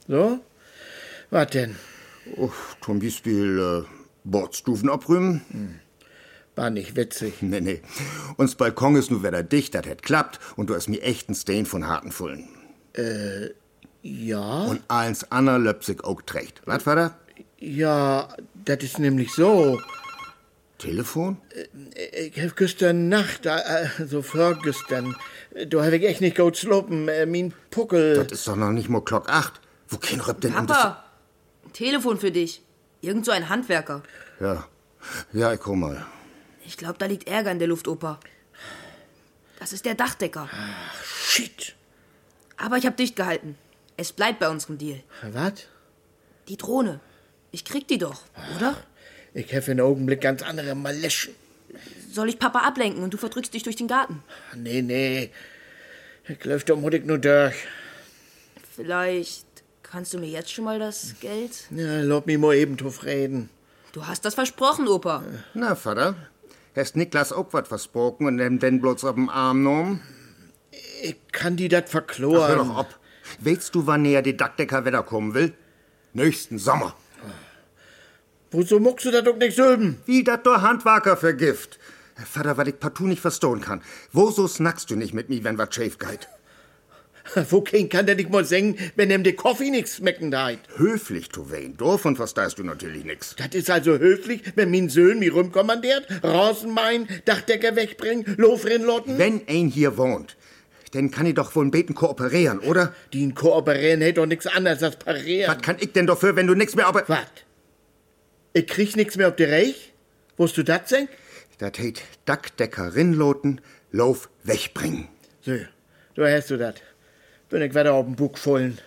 [SPEAKER 2] So? Was denn?
[SPEAKER 4] Uff, zum Beispiel äh, Bordstufen abrühmen.
[SPEAKER 2] War nicht witzig.
[SPEAKER 4] Nee, nee. Uns Balkon ist nur wieder dicht, das hätt klappt. Und du hast mir echten Stain von Hartenfullen.
[SPEAKER 2] Ja?
[SPEAKER 4] Und eins Anna Löpsig auch trägt. Was, Vater?
[SPEAKER 2] Ja, das ist nämlich so. Äh,
[SPEAKER 4] Telefon?
[SPEAKER 2] Ich hab gestern Nacht, äh, äh, so vorgestern, äh, da hab ich echt nicht gut slopen, äh, mein Puckel.
[SPEAKER 4] Das ist doch noch nicht mal Glock 8. Wo kein Röp denn um das...
[SPEAKER 8] Papa, Telefon für dich. Irgend so ein Handwerker.
[SPEAKER 4] Ja. Ja, ich komm mal.
[SPEAKER 8] Ich glaube, da liegt Ärger in der Luft, Opa. Das ist der Dachdecker.
[SPEAKER 2] Shit.
[SPEAKER 8] Aber ich hab dicht gehalten. Es bleibt bei unserem Deal.
[SPEAKER 2] Was?
[SPEAKER 8] Die Drohne. Ich krieg die doch, oder?
[SPEAKER 2] Ich hab für einen Augenblick ganz andere Maleschen.
[SPEAKER 8] Soll ich Papa ablenken und du verdrückst dich durch den Garten?
[SPEAKER 2] Nee, nee. Ich läuft doch mutig nur durch.
[SPEAKER 8] Vielleicht kannst du mir jetzt schon mal das Geld.
[SPEAKER 2] Ja, lob mich mal eben drauf reden.
[SPEAKER 8] Du hast das versprochen, Opa.
[SPEAKER 4] Na, Vater? Hast Niklas auch was versprochen und nimmt den bloß auf dem Arm genommen?
[SPEAKER 2] Ich kann die das
[SPEAKER 4] Ach, Hör doch
[SPEAKER 2] verkloren.
[SPEAKER 4] ab. Weißt du, wann näher die Daktiker Wetter kommen will? Nächsten Sommer.
[SPEAKER 2] Wozu muckst du das doch nicht sülben? [LAUGHS]
[SPEAKER 4] Wie dat der Handwerker vergift. Vater, was ich partout nicht verstohlen kann. Woso snackst du nicht mit mir, wenn was schief geht?
[SPEAKER 2] Wo kein kann der nicht mal singen, wenn ihm der Koffee nichts schmecken deit?
[SPEAKER 4] Höflich, Tuwein. Davon verstehst du natürlich nix.
[SPEAKER 2] Das ist also höflich, wenn mein Söhn mich rumkommandiert, Rosenmein, Dachdecker wegbringen, Lofrinlotten.
[SPEAKER 4] Wenn ein hier wohnt, dann kann ich doch wohl beten kooperieren, oder?
[SPEAKER 2] Die in kooperieren hätte doch nichts anderes als parieren.
[SPEAKER 4] Was kann ich denn dafür, wenn du nix mehr aber...
[SPEAKER 2] Was? Ich krieg nichts mehr auf die Reich? Wusst du das denn?
[SPEAKER 4] Dat heet Dackdecker rinloten, Lauf wegbringen.
[SPEAKER 2] So, so hast du das. Bin ich wieder auf dem Bug vollen.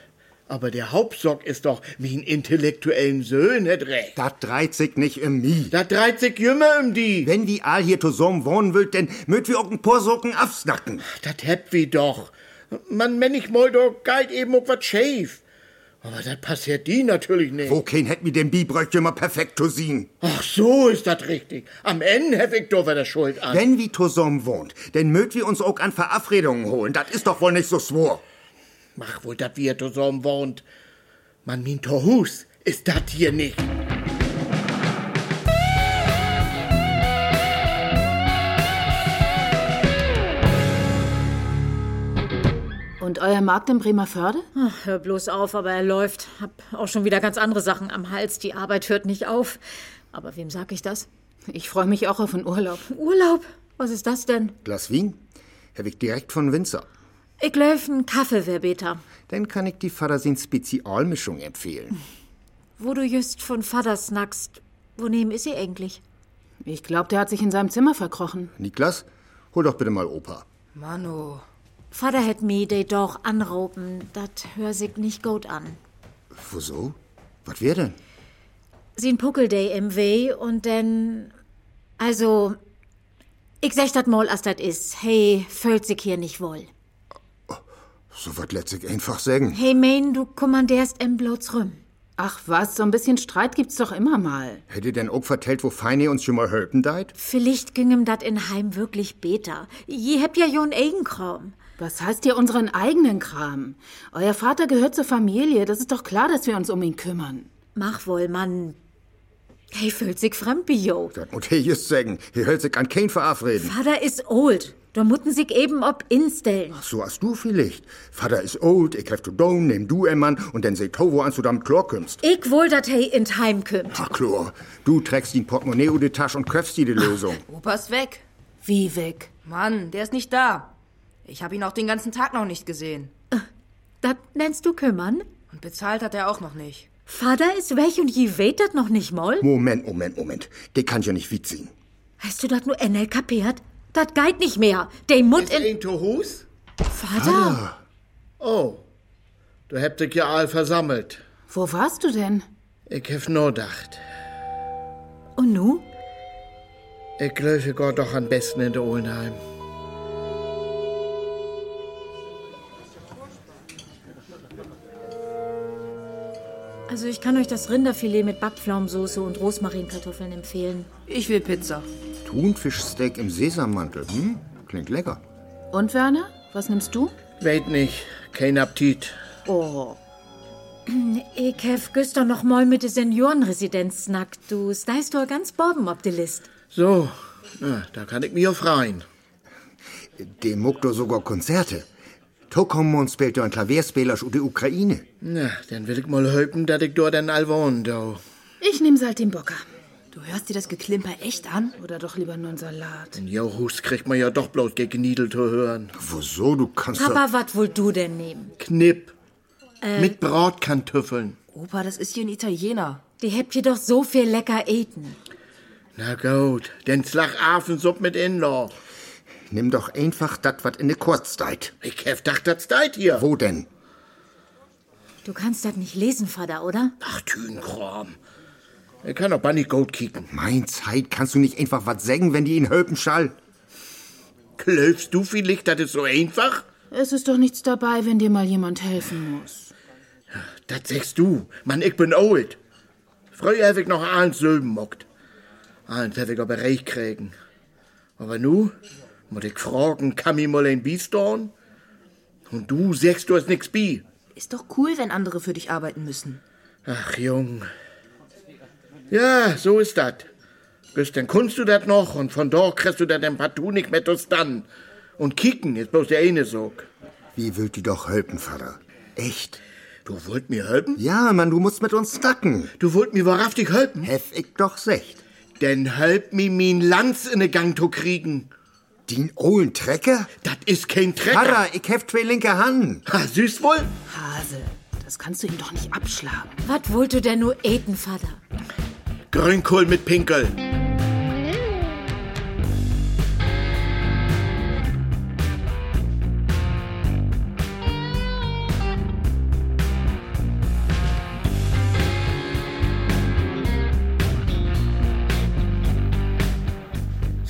[SPEAKER 2] Aber der Hauptsock ist doch, mein intellektuellen Söhn hätt recht.
[SPEAKER 4] Dat dreht sich nicht im Mie.
[SPEAKER 2] Da 30 Jünger um die.
[SPEAKER 4] Wenn wir all hier zusammen wohnen wollt, dann mögt wir auch ein paar Socken absnacken.
[SPEAKER 2] Das hätt wir doch. Man, wenn ich mal doch galt eben auch was schäf. Aber das passiert die natürlich nicht.
[SPEAKER 4] Wo kein hätt mir den Bibröchte immer perfekt zu sehen.
[SPEAKER 2] Ach, so ist das richtig. Am Ende hätt ich doch wieder Schuld an.
[SPEAKER 4] Wenn wir zusammen wohnt, dann mögt wir uns auch an Verabredungen holen. Das ist doch wohl nicht so schwor.
[SPEAKER 2] Mach wohl, dass wir zusammen wohnt. Man, mein Torhus ist das hier nicht.
[SPEAKER 6] Und euer Markt in Bremerförde?
[SPEAKER 7] Ach, hör bloß auf, aber er läuft. Hab auch schon wieder ganz andere Sachen am Hals. Die Arbeit hört nicht auf. Aber wem sag ich das?
[SPEAKER 6] Ich freue mich auch auf den Urlaub.
[SPEAKER 7] Urlaub? Was ist das denn?
[SPEAKER 4] Glas Wien? Hab ich direkt von Winzer.
[SPEAKER 7] Ich läuf einen Kaffee, wär beter.
[SPEAKER 4] Dann kann ich die Fadasin Spezialmischung empfehlen.
[SPEAKER 7] Wo du just von Vater snackst. Wo neben ist sie eigentlich?
[SPEAKER 6] Ich glaube, der hat sich in seinem Zimmer verkrochen.
[SPEAKER 4] Niklas, Hol doch bitte mal Opa.
[SPEAKER 8] Mano.
[SPEAKER 7] Vater hätt mi de doch anropen, dat hör sich nicht gut an.
[SPEAKER 4] Wieso? Was wär denn?
[SPEAKER 7] Sin Puckel de im Weh und denn. Also. Ich sech dat mal, as dat is. Hey, fühlt sich hier nicht wohl.
[SPEAKER 4] So was letztlich einfach sagen.
[SPEAKER 7] Hey, mein, du kommandierst em bloß rüm.
[SPEAKER 6] Ach was, so ein bisschen Streit gibt's doch immer mal.
[SPEAKER 4] Hätte denn auch vertellt, wo Feine uns schon mal helfen deit?
[SPEAKER 7] Vielleicht gingem dat in Heim wirklich beter. Je habt ja jo'n Eigenkram.
[SPEAKER 6] Was heißt ihr unseren eigenen Kram? Euer Vater gehört zur Familie, das ist doch klar, dass wir uns um ihn kümmern.
[SPEAKER 7] Mach wohl, Mann. Hey, fühlt sich fremd, Bio.
[SPEAKER 4] Das muss ich just sagen. Hier hört sich an kein verabreden.
[SPEAKER 7] Vater is old. Da mutten sich eben ob instellen.
[SPEAKER 4] So hast du vielleicht. Vater ist old, ich helf du down, nehm du ein Mann und dann seht ho, wo ans du damit Chlor kommst.
[SPEAKER 7] Ich wohl, dat hey in Heim kümmt.
[SPEAKER 4] Ach, Chlor, du trägst den Portemonnaie oder die Tasche und köpfst die, die Lösung. [LAUGHS]
[SPEAKER 8] Opa ist weg.
[SPEAKER 6] Wie weg?
[SPEAKER 8] Mann, der ist nicht da. Ich habe ihn auch den ganzen Tag noch nicht gesehen.
[SPEAKER 7] Dat nennst du kümmern?
[SPEAKER 8] Und bezahlt hat er auch noch nicht.
[SPEAKER 7] Vater ist weg und je weht dat noch nicht mal?
[SPEAKER 4] Moment, Moment, Moment. Der kann ja nicht witzigen.
[SPEAKER 7] Hast du dat nur NL kapiert? Dat geit nicht mehr. De Mut
[SPEAKER 2] Ist
[SPEAKER 7] in.
[SPEAKER 2] in Tohus?
[SPEAKER 7] Vater?
[SPEAKER 2] Oh, du habt dich ja all versammelt.
[SPEAKER 6] Wo warst du denn?
[SPEAKER 2] Ich hef nur gedacht.
[SPEAKER 7] Und nu?
[SPEAKER 2] Ich glaube, Gott doch am besten in der Ohlenheim.
[SPEAKER 7] Also, ich kann euch das Rinderfilet mit Backpflaumensoße und Rosmarinkartoffeln empfehlen.
[SPEAKER 8] Ich will Pizza.
[SPEAKER 4] Thunfischsteak im Sesammantel. Hm? Klingt lecker.
[SPEAKER 6] Und Werner? Was nimmst du?
[SPEAKER 2] Weit nicht, kein Appetit.
[SPEAKER 6] Oh,
[SPEAKER 7] Ich hef gestern noch mal mit der Seniorenresidenz snackt. Du steist doch ganz borben ob de List.
[SPEAKER 2] So, na, da kann ich mich auch freien.
[SPEAKER 4] Dem muckt doch sogar Konzerte. To kommen und spielt ein Klavierspieler aus der Ukraine.
[SPEAKER 2] Na, dann will ich mal hoffen, dass ich dort dann all wohnen do.
[SPEAKER 6] ich nehme Saltimbocca.
[SPEAKER 8] Du hörst dir das Geklimper echt an?
[SPEAKER 6] Oder doch lieber nur einen Salat.
[SPEAKER 2] In Johus kriegt man ja doch bloß gegen Niedel zu hören.
[SPEAKER 4] Wieso? Du kannst doch...
[SPEAKER 7] Papa, wat wohl du denn nehmen?
[SPEAKER 2] Knipp. Mit Bratkantüffeln.
[SPEAKER 8] Opa, das ist hier ein Italiener.
[SPEAKER 7] Die hebt ihr doch so viel lecker eten.
[SPEAKER 2] Na gut, denn Slach Afensupp mit Inlaw.
[SPEAKER 4] Nimm doch einfach das, was in der Kurzzeit.
[SPEAKER 2] Ich hef dacht, das deit hier.
[SPEAKER 4] Wo denn?
[SPEAKER 7] Du kannst das nicht lesen, Vater, oder?
[SPEAKER 2] Ach, Tünenkram. Ich kann doch Bunny Goat kicken.
[SPEAKER 4] Mein Zeit, kannst du nicht einfach was sagen, wenn die ihn hölpen schall?
[SPEAKER 2] Klöfst du vielleicht, das ist so einfach?
[SPEAKER 6] Es ist doch nichts dabei, wenn dir mal jemand helfen muss.
[SPEAKER 2] Das sagst du. Mann, ich bin old. Früher hab ich noch eins Sülben mockt. Eins hab ich aber recht kriegen. Aber nu, muss ich fragen, kann ich mal ein Biestorn? Und du sagst, du hast nix bi.
[SPEAKER 8] Ist doch cool, wenn andere für dich arbeiten müssen.
[SPEAKER 2] Ach, Jung. Ja, so ist das. Bis dann kunst du das noch und von dort kriegst du das dann partout nicht mehr dann. Und kicken ist bloß der eine Sog.
[SPEAKER 4] Wie will die doch hölpen, Vater? Echt?
[SPEAKER 2] Du wollt mir helfen?
[SPEAKER 4] Ja, Mann, du musst mit uns snacken.
[SPEAKER 2] Du wollt mir wahrhaftig helfen?
[SPEAKER 4] Hef ich doch secht.
[SPEAKER 2] Denn help mi min Lanz in den Gang zu kriegen.
[SPEAKER 4] Den ohlen Trecker?
[SPEAKER 2] Das ist kein Trecker.
[SPEAKER 4] Vater, ich hef zwei linke Hand.
[SPEAKER 2] Ha, süß wohl?
[SPEAKER 6] Hase, das kannst du ihm doch nicht abschlagen.
[SPEAKER 7] Wat wollt du denn nur eten, Vater?
[SPEAKER 2] Grünkohl mit Pinkel.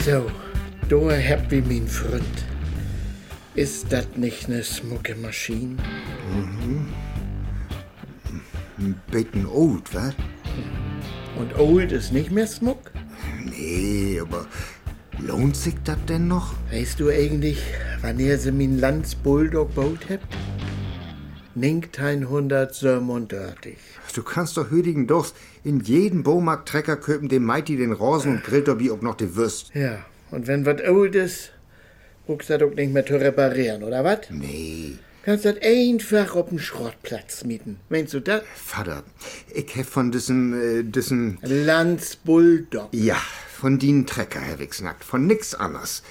[SPEAKER 2] So, du habt wie mein Freund. Ist das nicht eine smucke Maschine?
[SPEAKER 4] Beten old, wa?
[SPEAKER 2] Und old ist nicht mehr smuck?
[SPEAKER 4] Nee, aber lohnt sich das denn noch?
[SPEAKER 2] Weißt du eigentlich, wann ihr sie mein Lands Bulldog baut habt? 1937.
[SPEAKER 4] Du kannst doch hüdigen Durst in jeden Baumarkt Trecker köpen dem Mighty den Rosen und grillt ob ob noch die Würst.
[SPEAKER 2] Ja, und wenn was old ist, brauchst du das auch nicht mehr zu reparieren, oder was?
[SPEAKER 4] Nee.
[SPEAKER 2] Kannst das einfach auf dem Schrottplatz mieten. Meinst du das?
[SPEAKER 4] Vater, ich hef von diesem, äh, diesem,
[SPEAKER 2] Lands Bulldog.
[SPEAKER 4] ja, von den Trecker, Herr Wichsnackt, von nix anders.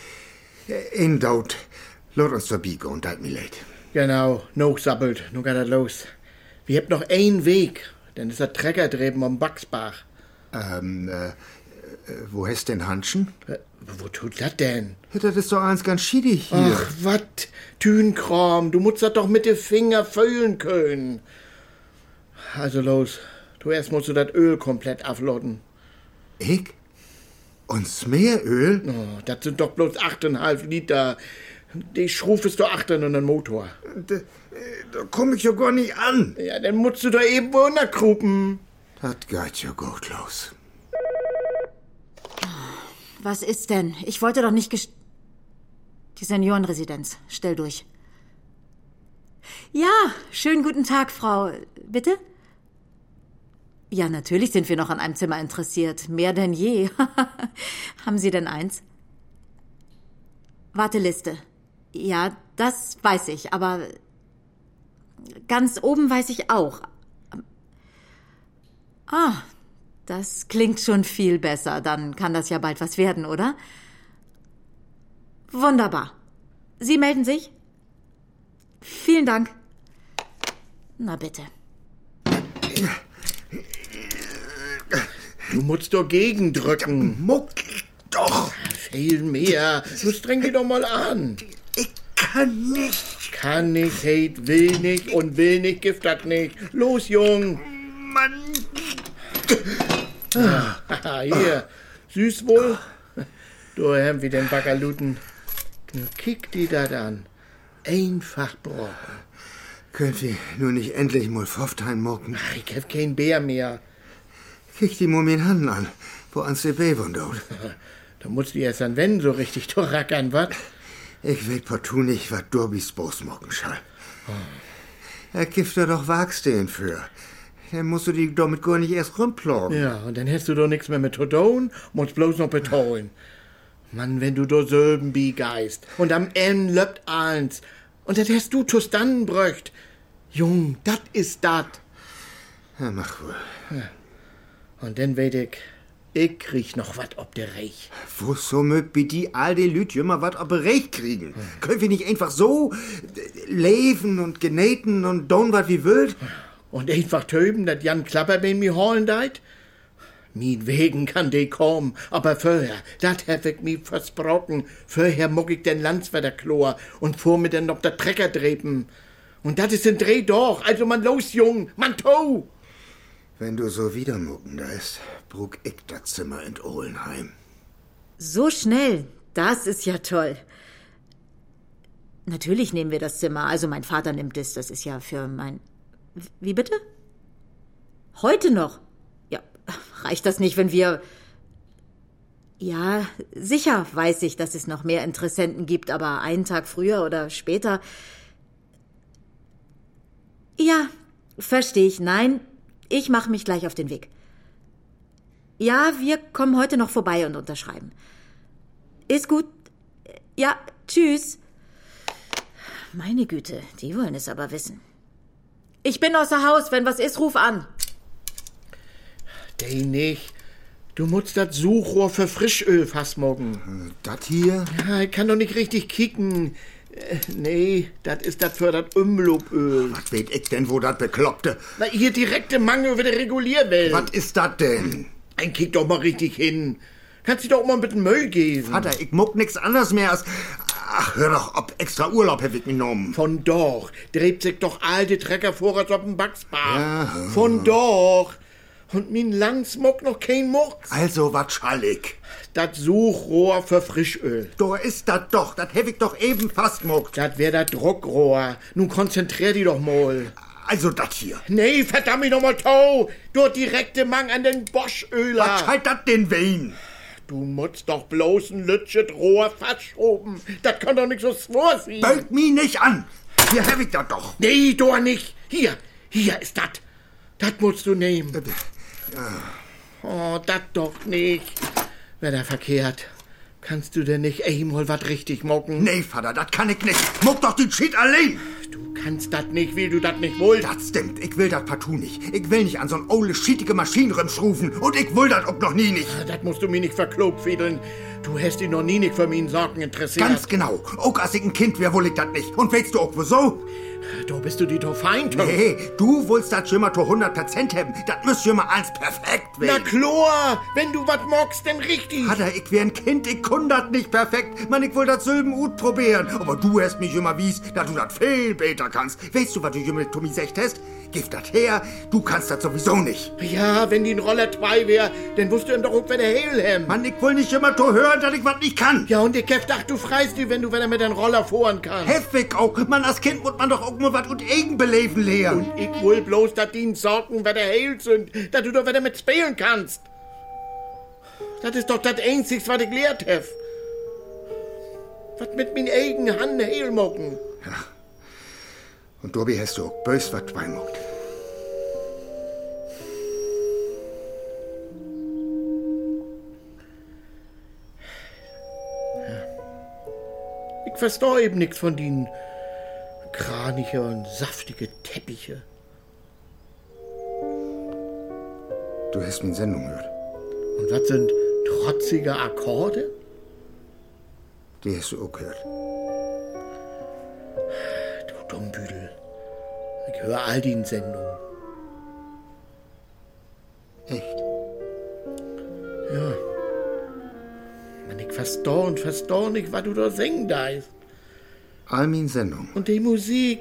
[SPEAKER 4] Äh, In Doubt, lot uns zur Biege und deit mir leid.
[SPEAKER 2] Genau, no sappelt, nun geht das los. Wir habt noch einen Weg, dann ist der Trecker drüben am Bugsbach.
[SPEAKER 4] Ähm, äh, Wo hast denn Hanschen?
[SPEAKER 2] Äh, Wo tut das denn?
[SPEAKER 4] Ja, Das ist doch eins ganz schiedig hier.
[SPEAKER 2] Ach, wat? Tünkram, du musst das doch mit den Finger füllen können. Also los, du erst musst du das Öl komplett aflotten.
[SPEAKER 4] Ich? Und Smeeröl?
[SPEAKER 2] Oh, das sind doch bloß 8,5 Liter. Die schrufest du achtern in den Motor.
[SPEAKER 4] Da komm ich ja gar nicht an.
[SPEAKER 2] Ja, dann musst du da eben runterkrupen.
[SPEAKER 4] Das geht ja gut los.
[SPEAKER 7] Was ist denn? Ich wollte doch nicht gest... Die Seniorenresidenz. Stell durch. Ja, schönen guten Tag, Frau. Bitte? Ja, natürlich sind wir noch an einem Zimmer interessiert. Mehr denn je. [LAUGHS] Haben Sie denn eins? Warteliste. Ja, das weiß ich, aber ganz oben weiß ich auch. Ah, das klingt schon viel besser. Dann kann das ja bald was werden, oder? Wunderbar. Sie melden sich? Vielen Dank. Na bitte.
[SPEAKER 2] Du musst doch gegendrücken.
[SPEAKER 4] Muck doch.
[SPEAKER 2] Viel mehr. Du streng dich doch mal an.
[SPEAKER 4] Ich kann nicht.
[SPEAKER 2] Kann nicht, hate, will nicht und will nicht, gift das nicht. Los, Jung.
[SPEAKER 4] Mann.
[SPEAKER 2] Haha, Ah, hier. Süß wohl? Du Herr, wie den Baggerluten. Nur Kick die das an. Einfach brocken.
[SPEAKER 4] Könnt ihr nur nicht endlich mal Pfofftein mucken?
[SPEAKER 2] Ach, Ich hab kein Bär mehr.
[SPEAKER 4] Krieg die Mumien Handen an, wo ans die Bevon dort.
[SPEAKER 2] Da musst du erst an Wenn so richtig [LAUGHS] durchrackern, wat?
[SPEAKER 4] Ich will partout nicht, was Durbis Bos mucken schall. Er kifft er doch wagst den für. Dann musst du die damit gar nicht erst rumplogen.
[SPEAKER 2] Ja, und dann hättest du doch nichts mehr mit Todon, musst bloß noch betonen. Mann, wenn du do Sölben biegeist. Und am Ende löppt eins. Und das hättest du Tustannenbröcht. Jung, dat ist dat.
[SPEAKER 4] Ja, mach wohl.
[SPEAKER 2] Und dann weet ich, ich krieg noch wat ob der Reich.
[SPEAKER 4] Wo so mögt bi die all die Lüt jümmer wat ob recht kriegen? Können wir nicht einfach so äh, leben und genähten und don wat wie wild?
[SPEAKER 2] Und einfach töben, dat Jan Klapper bin mi holen deit? Min wegen kann de kommen, aber vorher, dat hab ich mi versprochen. Vorher muck ich den Landswetter Chlor und vor mir dann noch der Trecker drepen. Und dat ist ein Dreh doch, also man los, Jung, man to!
[SPEAKER 4] Wenn du so wieder mucken ist, brug ich das Zimmer in Ohlenheim.
[SPEAKER 7] So schnell. Das ist ja toll. Natürlich nehmen wir das Zimmer. Also mein Vater nimmt es. Das ist ja für mein. Wie bitte? Heute noch? Ja, reicht das nicht, wenn wir. Ja, sicher weiß ich, dass es noch mehr Interessenten gibt, aber einen Tag früher oder später. Ja, verstehe ich. Nein, ich mache mich gleich auf den Weg. Ja, wir kommen heute noch vorbei und unterschreiben. Ist gut. Ja, tschüss. Meine Güte, die wollen es aber wissen. Ich bin außer Haus. Wenn was ist, ruf an.
[SPEAKER 2] De nicht. Du musst dat Suchrohr für Frischöl fast
[SPEAKER 4] Mhm.
[SPEAKER 2] morgen.
[SPEAKER 4] Dat hier?
[SPEAKER 2] Ja, ich kann doch nicht richtig kicken. Äh, nee, dat ist dat für dat Umloböl.
[SPEAKER 4] Was weet ich denn, wo dat Bekloppte?
[SPEAKER 2] Na, hier direkte Mangel über der Regulierwelt.
[SPEAKER 4] Was ist dat denn?
[SPEAKER 2] Ein kick doch mal richtig hin. Kannst dich doch mal mit dem Müll geben.
[SPEAKER 4] Vater, ich muck nix anders mehr als... Ach, hör doch, ob extra Urlaub hab ich genommen.
[SPEAKER 2] Von doch. Dreht sich doch alte Trecker vor, als ob ein Backsbar. Von doch. Und min Langsmock noch kein Murks.
[SPEAKER 4] Also, wat schall ich?
[SPEAKER 2] Das Suchrohr für Frischöl.
[SPEAKER 4] Da ist dat doch, dat hab ich doch eben fast muckt.
[SPEAKER 2] Das wär das Druckrohr. Nun konzentrier dich doch mal.
[SPEAKER 4] Also dat hier.
[SPEAKER 2] Nee, verdammt mich nochmal, Tau. Du direkte Mang an den
[SPEAKER 4] Was
[SPEAKER 2] Boschöler.
[SPEAKER 4] schallt dat denn wen?
[SPEAKER 2] Du musst doch bloß ein Lütschet Rohr verschoben. Das kann doch nicht so schwor sein.
[SPEAKER 4] Bölt mich nicht an! Hier hab ich das doch!
[SPEAKER 2] Nee, doch nicht. Hier, hier ist das. Das musst du nehmen. Oh, das doch nicht. Wenn er verkehrt, kannst du denn nicht einmal was richtig mocken?
[SPEAKER 4] Nee, Vater, das kann ich nicht! Muck doch den Shit allein!
[SPEAKER 2] Du kannst das nicht, wie du das nicht wollt.
[SPEAKER 4] Das stimmt, ich will das partout nicht. Ich will nicht an so'n ole schietige Maschinenrimm schrufen. Und ich will das ob noch nie nicht.
[SPEAKER 2] Das musst du mir nicht verklopfedeln. Du hast dich noch nie nicht für meinen Sorgen interessiert.
[SPEAKER 4] Ganz genau. Auch als ich ein Kind wär, will ich das nicht. Und weißt du auch wieso?
[SPEAKER 2] Da bist du die doch feind.
[SPEAKER 4] Nee, du willst das schon mal zu 100% haben. Das müsst schon mal alles perfekt
[SPEAKER 2] Na
[SPEAKER 4] werden.
[SPEAKER 2] klar, wenn du was magst, dann richtig.
[SPEAKER 4] Vater, ich wär ein Kind, ich kun dat nicht perfekt. Man, ich will das Silben ut probieren. Aber du hast mich immer wies, dass du das viel besser kannst. Weißt du, was du hier mit Tommy secht hast? Gib dat her, du kannst das sowieso nicht.
[SPEAKER 2] Ja, wenn die ein Roller 2 wär, dann wusst du ihm doch auch, wenn er Hehlhem.
[SPEAKER 4] Mann, ich will nicht immer to hören, dass ich was nicht kann.
[SPEAKER 2] Ja, und ich hab gedacht, du freist die, wenn du wieder mit deinem Roller fahren kannst.
[SPEAKER 4] Heftig auch. Mann, als Kind muss man doch auch mal was und Egen beleben lehren.
[SPEAKER 2] Und ich will bloß, dass die Sorgen wieder heil sind, dass du doch wieder mit spielen kannst. Das ist doch das Einzigste, was ich gelehrt hab. Was mit meinen eigenen Hand heil mocken.
[SPEAKER 4] Und Dobi hast du auch bös was beimockt.
[SPEAKER 2] Ich versteh eben nix von den Kraniche und saftige Teppiche.
[SPEAKER 4] Du hast mir Sendung gehört.
[SPEAKER 2] Und was sind trotzige Akkorde?
[SPEAKER 4] Die hast du auch gehört.
[SPEAKER 2] Du Dummbüdel. Ich höre all die Sendungen.
[SPEAKER 4] Echt?
[SPEAKER 2] Ja. Man, ich versteh und versteh nicht, was du da singen da ist.
[SPEAKER 4] All min Sendung.
[SPEAKER 2] Und die Musik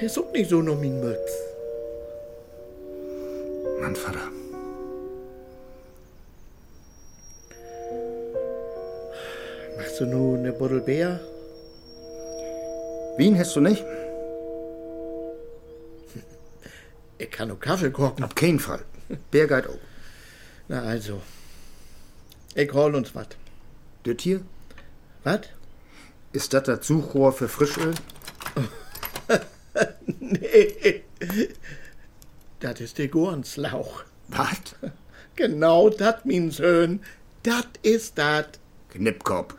[SPEAKER 2] ist auch nicht so noch mein Mötz.
[SPEAKER 4] Mann, Vater.
[SPEAKER 2] Machst du nur eine Bottle Bär?
[SPEAKER 4] Wien hast du nicht?
[SPEAKER 2] Ich kann nur Kaffee kochen.
[SPEAKER 4] Auf keinen Fall. Bergheit auch.
[SPEAKER 2] Na also. Ich hol uns was.
[SPEAKER 4] Das hier?
[SPEAKER 2] Was?
[SPEAKER 4] Ist das das Suchrohr für Frischöl?
[SPEAKER 2] Nee. Das ist der Gurnslauch.
[SPEAKER 4] Was?
[SPEAKER 2] Genau das, mein Söhn. Das ist das.
[SPEAKER 4] Knipkorb.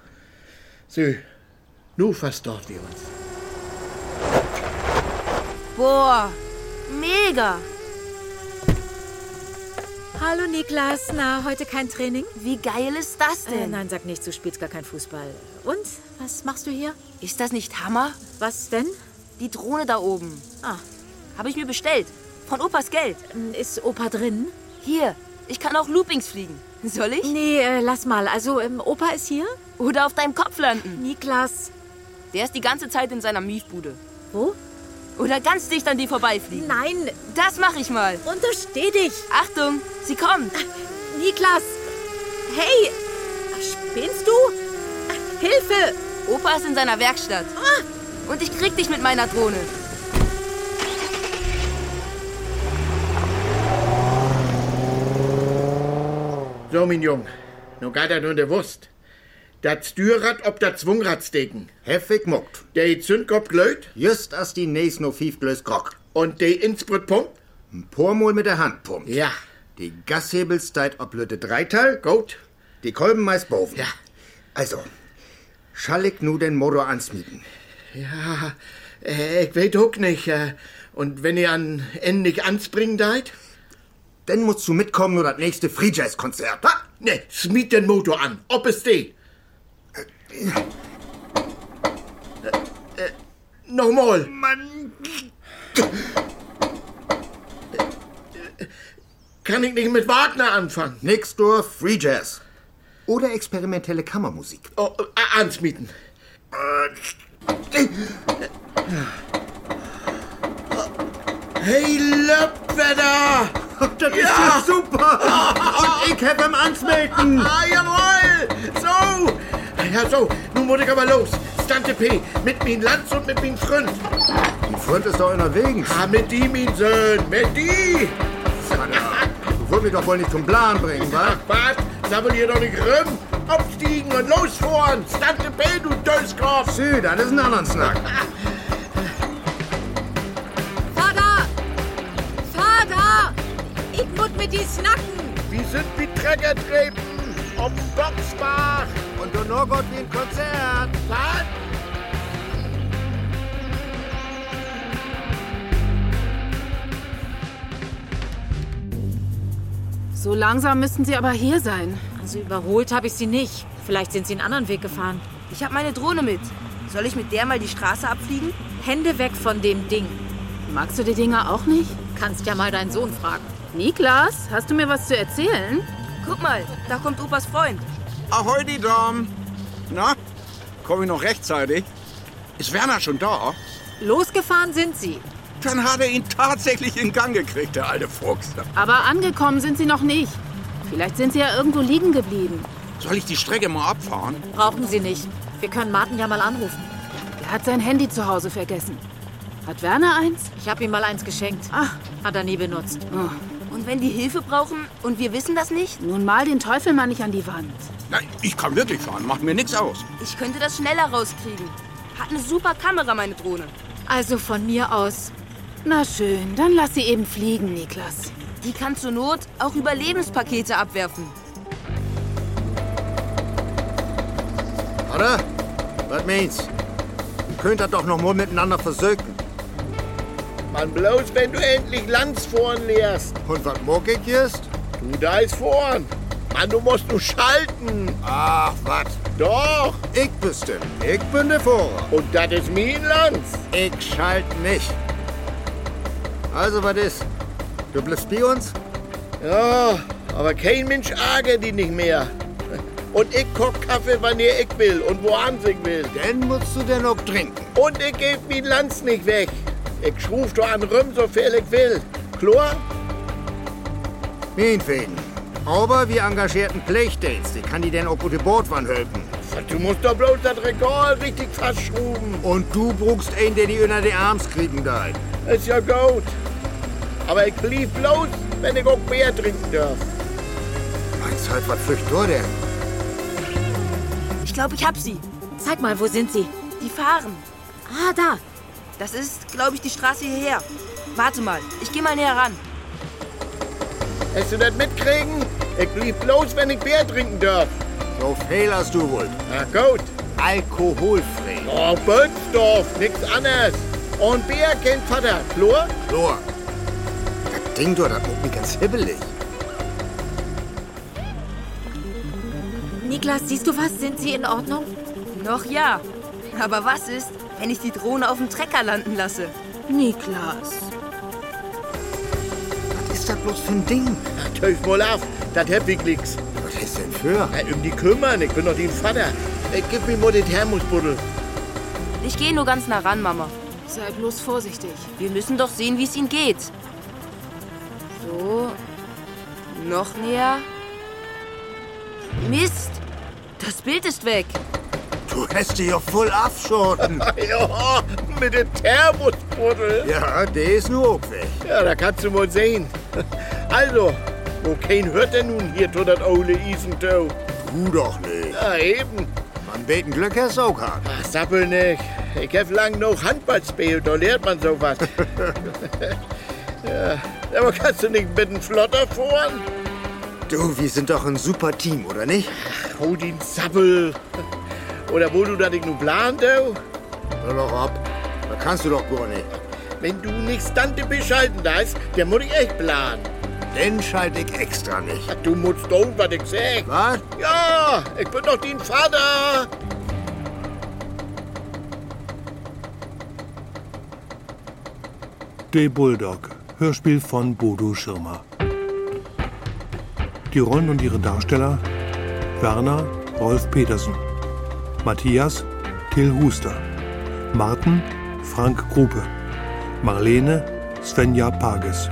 [SPEAKER 2] So, nu verstört wir uns.
[SPEAKER 7] Boah, mega. Hallo Niklas, na, heute kein Training?
[SPEAKER 8] Wie geil ist das
[SPEAKER 7] Äh,
[SPEAKER 8] denn?
[SPEAKER 7] nein, sag nicht, du spielst gar kein Fußball. Und? Was machst du hier?
[SPEAKER 8] Ist das nicht Hammer?
[SPEAKER 7] Was denn?
[SPEAKER 8] Die Drohne da oben.
[SPEAKER 7] Ah,
[SPEAKER 8] Habe ich mir bestellt. Von Opas Geld.
[SPEAKER 7] Ähm, ist Opa drin?
[SPEAKER 8] Hier, ich kann auch Loopings fliegen. Soll ich?
[SPEAKER 7] Nee, äh, lass mal. Also, ähm, Opa ist hier?
[SPEAKER 8] Oder auf deinem Kopf landen.
[SPEAKER 7] Niklas.
[SPEAKER 8] Der ist die ganze Zeit in seiner Miefbude.
[SPEAKER 7] Wo?
[SPEAKER 8] Oder ganz dicht an dir vorbeifliegen.
[SPEAKER 7] Nein,
[SPEAKER 8] Das mache ich mal.
[SPEAKER 7] untersteh dich.
[SPEAKER 8] Achtung, sie kommt.
[SPEAKER 7] Niklas. Hey, spinnst du? Hilfe.
[SPEAKER 8] Opa ist in seiner Werkstatt. Und ich krieg dich mit meiner Drohne.
[SPEAKER 2] So, mein Jung, nu geht das nur der Wurst. Das Stürrad ob das Zwungrad stecken.
[SPEAKER 4] Heftig muckt.
[SPEAKER 2] Der Zündkopf glöd
[SPEAKER 4] Just as die nächsten no fief glös krock.
[SPEAKER 2] und der Insbrut pumpt.
[SPEAKER 4] Ein Pormol mit der Hand pumpt.
[SPEAKER 2] Ja,
[SPEAKER 4] Die Gashebel steit ob Lütte Dreiteil.
[SPEAKER 2] gut.
[SPEAKER 4] Die Kolben meist boven.
[SPEAKER 2] Ja.
[SPEAKER 4] Also, schall ich nu den Motor ansmieten?
[SPEAKER 2] Ja, äh, ich weet auch nicht. Äh, und wenn ihr an Ende nicht anspringen deit?
[SPEAKER 4] Dann musst du mitkommen nur das nächste Free Jazz Konzert. Ha?
[SPEAKER 2] Ne, smiet den Motor an, ob es die. Äh, äh, Nochmal.
[SPEAKER 4] Mann.
[SPEAKER 2] Äh, Kann ich nicht mit Wagner anfangen?
[SPEAKER 4] Nix nur Free Jazz. Oder experimentelle Kammermusik.
[SPEAKER 2] Oh, äh, ansmieten. Hey, Löpfe da!
[SPEAKER 4] Das ist ja super. Und ich hab am Ansmieten.
[SPEAKER 2] Ah, jawohl! So! Ah, Ja, so, nun muss ich aber los. Stante P, mit min Lanz und mit min Fründ.
[SPEAKER 4] Die Front ist doch unterwegs.
[SPEAKER 2] Ah, mit die, min Söhn, mit die! [LAUGHS]
[SPEAKER 4] Vater. Du wollt mich doch wohl nicht zum Plan bringen, wa?
[SPEAKER 2] Ach, was? Sammel hier doch nicht rum! Abstiegen und losfahren! Stante P, du Döskopf!
[SPEAKER 4] Sü, das ist ein anderer Snack.
[SPEAKER 7] Vater. Vater. Ich muss mit dir snacken.
[SPEAKER 2] Wie sind die Trecker treten? Auf dem Boxbach!
[SPEAKER 4] Und du noch Gott wie ein Konzert.
[SPEAKER 2] Was?
[SPEAKER 6] So langsam müssten sie aber hier sein.
[SPEAKER 7] Also, überholt habe ich sie nicht. Vielleicht sind sie einen anderen Weg gefahren.
[SPEAKER 8] Ich habe meine Drohne mit. Soll ich mit der mal die Straße abfliegen?
[SPEAKER 7] Hände weg von dem Ding.
[SPEAKER 6] Magst du die Dinger auch nicht?
[SPEAKER 7] Kannst ja mal deinen Sohn fragen.
[SPEAKER 6] Niklas, hast du mir was zu erzählen?
[SPEAKER 8] Guck mal, da kommt Opas Freund.
[SPEAKER 1] Ahoi, die Damen. Na, komme ich noch rechtzeitig? Ist Werner schon da?
[SPEAKER 7] Losgefahren sind sie.
[SPEAKER 1] Dann hat er ihn tatsächlich in Gang gekriegt, der alte Fuchs.
[SPEAKER 6] Aber angekommen sind sie noch nicht. Vielleicht sind sie ja irgendwo liegen geblieben.
[SPEAKER 1] Soll ich die Strecke mal abfahren?
[SPEAKER 7] Brauchen sie nicht. Wir können Martin ja mal anrufen.
[SPEAKER 6] Er hat sein Handy zu Hause vergessen. Hat Werner eins?
[SPEAKER 7] Ich habe ihm mal eins geschenkt.
[SPEAKER 6] Ach.
[SPEAKER 7] Hat er nie benutzt.
[SPEAKER 6] Oh,
[SPEAKER 8] Und wenn die Hilfe brauchen und wir wissen das nicht,
[SPEAKER 6] nun mal den Teufel mal nicht an die Wand.
[SPEAKER 1] Nein, ich kann wirklich fahren, macht mir nichts aus.
[SPEAKER 8] ich könnte das schneller rauskriegen. Hat eine super Kamera, meine Drohne.
[SPEAKER 7] Also von mir aus.
[SPEAKER 6] Na schön, dann lass sie eben fliegen, Niklas.
[SPEAKER 8] Die kann zur Not auch Überlebenspakete abwerfen.
[SPEAKER 4] Oder? Was meinst du? Könnt ihr doch noch mal miteinander versöken.
[SPEAKER 2] Man bloß, wenn du endlich Lanz vorn lehrst.
[SPEAKER 4] Und was mag ich jetzt?
[SPEAKER 2] Du da ist vorn. Mann, du musst nur schalten.
[SPEAKER 4] Ach, was?
[SPEAKER 2] Doch,
[SPEAKER 4] Ich bestimmt. Ich bin der Fahrer.
[SPEAKER 2] und das ist mein Lanz.
[SPEAKER 4] Ich schalt nicht. Also, was ist? Du bleibst bei uns?
[SPEAKER 2] Ja, aber kein Mensch ärgert die nicht mehr. Und ich koch Kaffee, wann ihr ich will und woanders ich will.
[SPEAKER 4] Dann musst du denn auch trinken.
[SPEAKER 2] Und ich geb mein Lanz nicht weg. Ich ruf doch an Rüm, so viel ich will. Chlor?
[SPEAKER 4] Meinetwegen. Aber wir engagierten Pflichtdienst. Ich kann die denn auch gute Bootwand helfen.
[SPEAKER 2] Du musst doch bloß das Regal richtig festschruben.
[SPEAKER 4] Und du brauchst einen, der die unter die Arms kriegen darf.
[SPEAKER 2] Ist ja gut. Aber ich blieb bloß, wenn ich auch Bier trinken darf.
[SPEAKER 4] Meinst halt, was flücht du denn?
[SPEAKER 8] Ich glaube, ich hab sie.
[SPEAKER 7] Zeig mal, wo sind sie?
[SPEAKER 8] Die fahren.
[SPEAKER 7] Ah, da.
[SPEAKER 8] Das ist, glaube ich, die Straße hierher. Warte mal, ich gehe mal näher ran.
[SPEAKER 2] Hast du das mitkriegen? Ich blieb bloß, wenn ich Bier trinken darf.
[SPEAKER 4] So viel hast du wohl.
[SPEAKER 2] Na gut.
[SPEAKER 4] Alkoholfrei.
[SPEAKER 2] Oh, Bölzdorf, nichts anderes. Und Bier kennt Vater. Chlor?
[SPEAKER 4] So. Das Ding dort, das macht mich ganz hibbelig.
[SPEAKER 7] Niklas, siehst du was? Sind sie in Ordnung?
[SPEAKER 8] Noch ja. Aber was ist, wenn ich die Drohne auf dem Trecker landen lasse?
[SPEAKER 6] Niklas.
[SPEAKER 4] Was ist das bloß für ein Ding?
[SPEAKER 2] [LAUGHS] Töf wohl auf. Das hab ich nix.
[SPEAKER 4] Was ist denn für?
[SPEAKER 2] Ja, Um die kümmern, ich bin doch dein Vater. Ich gib mir mal den Thermosbuddel. [LAUGHS]
[SPEAKER 8] Ich gehe nur ganz nah ran, Mama.
[SPEAKER 6] Sei bloß vorsichtig.
[SPEAKER 8] Wir müssen doch sehen, wie es ihnen geht. So. Noch näher. Mist! Das Bild ist weg.
[SPEAKER 4] Du lässt dich ja voll abschotten.
[SPEAKER 2] Ja, mit dem Thermosbuddel.
[SPEAKER 4] [LAUGHS] ja, der ist nur auch weg.
[SPEAKER 2] Ja, da kannst du mal sehen. [LAUGHS] Also, wo kein hört denn nun hier zu das Ole Isentau?
[SPEAKER 4] Du doch nicht.
[SPEAKER 2] Ja, eben.
[SPEAKER 4] Man beten Glück hast du auch gehabt.
[SPEAKER 2] Ach, sappel nicht. Ich hab lang noch Handball gespielt, da lernt man sowas. [LAUGHS] ja, aber kannst du nicht mit dem Flotter fahren?
[SPEAKER 4] Du, wir sind doch ein super Team, oder nicht?
[SPEAKER 2] Hau den Sappel. [LAUGHS] Oder wo du da nicht nur plant, du?
[SPEAKER 4] Hör doch ab. Da kannst du doch gar nicht.
[SPEAKER 2] Wenn du nicht Stante bescheiden darfst, dann muss ich echt planen.
[SPEAKER 4] Den schalte ich extra nicht.
[SPEAKER 2] Du musst tun, was ich sag.
[SPEAKER 4] Was?
[SPEAKER 2] Ja, ich bin doch dein Vater.
[SPEAKER 3] Die Bulldog. Hörspiel von Bodo Schirmer. Die Rollen und ihre Darsteller: Werner Rolf Petersen, Matthias Till Huster, Martin Frank Grupe, Marlene Svenja Pages,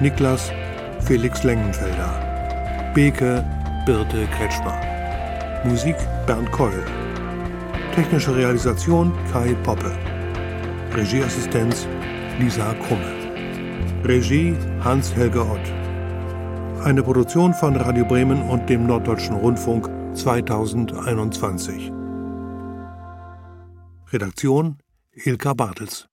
[SPEAKER 3] Niklas Felix Lengenfelder, Beke Birte Kretschmer, Musik Bernd Keul, technische Realisation Kai Poppe. Regieassistenz Lisa Krumme. Regie Hans-Helge Ott. Eine Produktion von Radio Bremen und dem Norddeutschen Rundfunk 2021. Redaktion Ilka Bartels.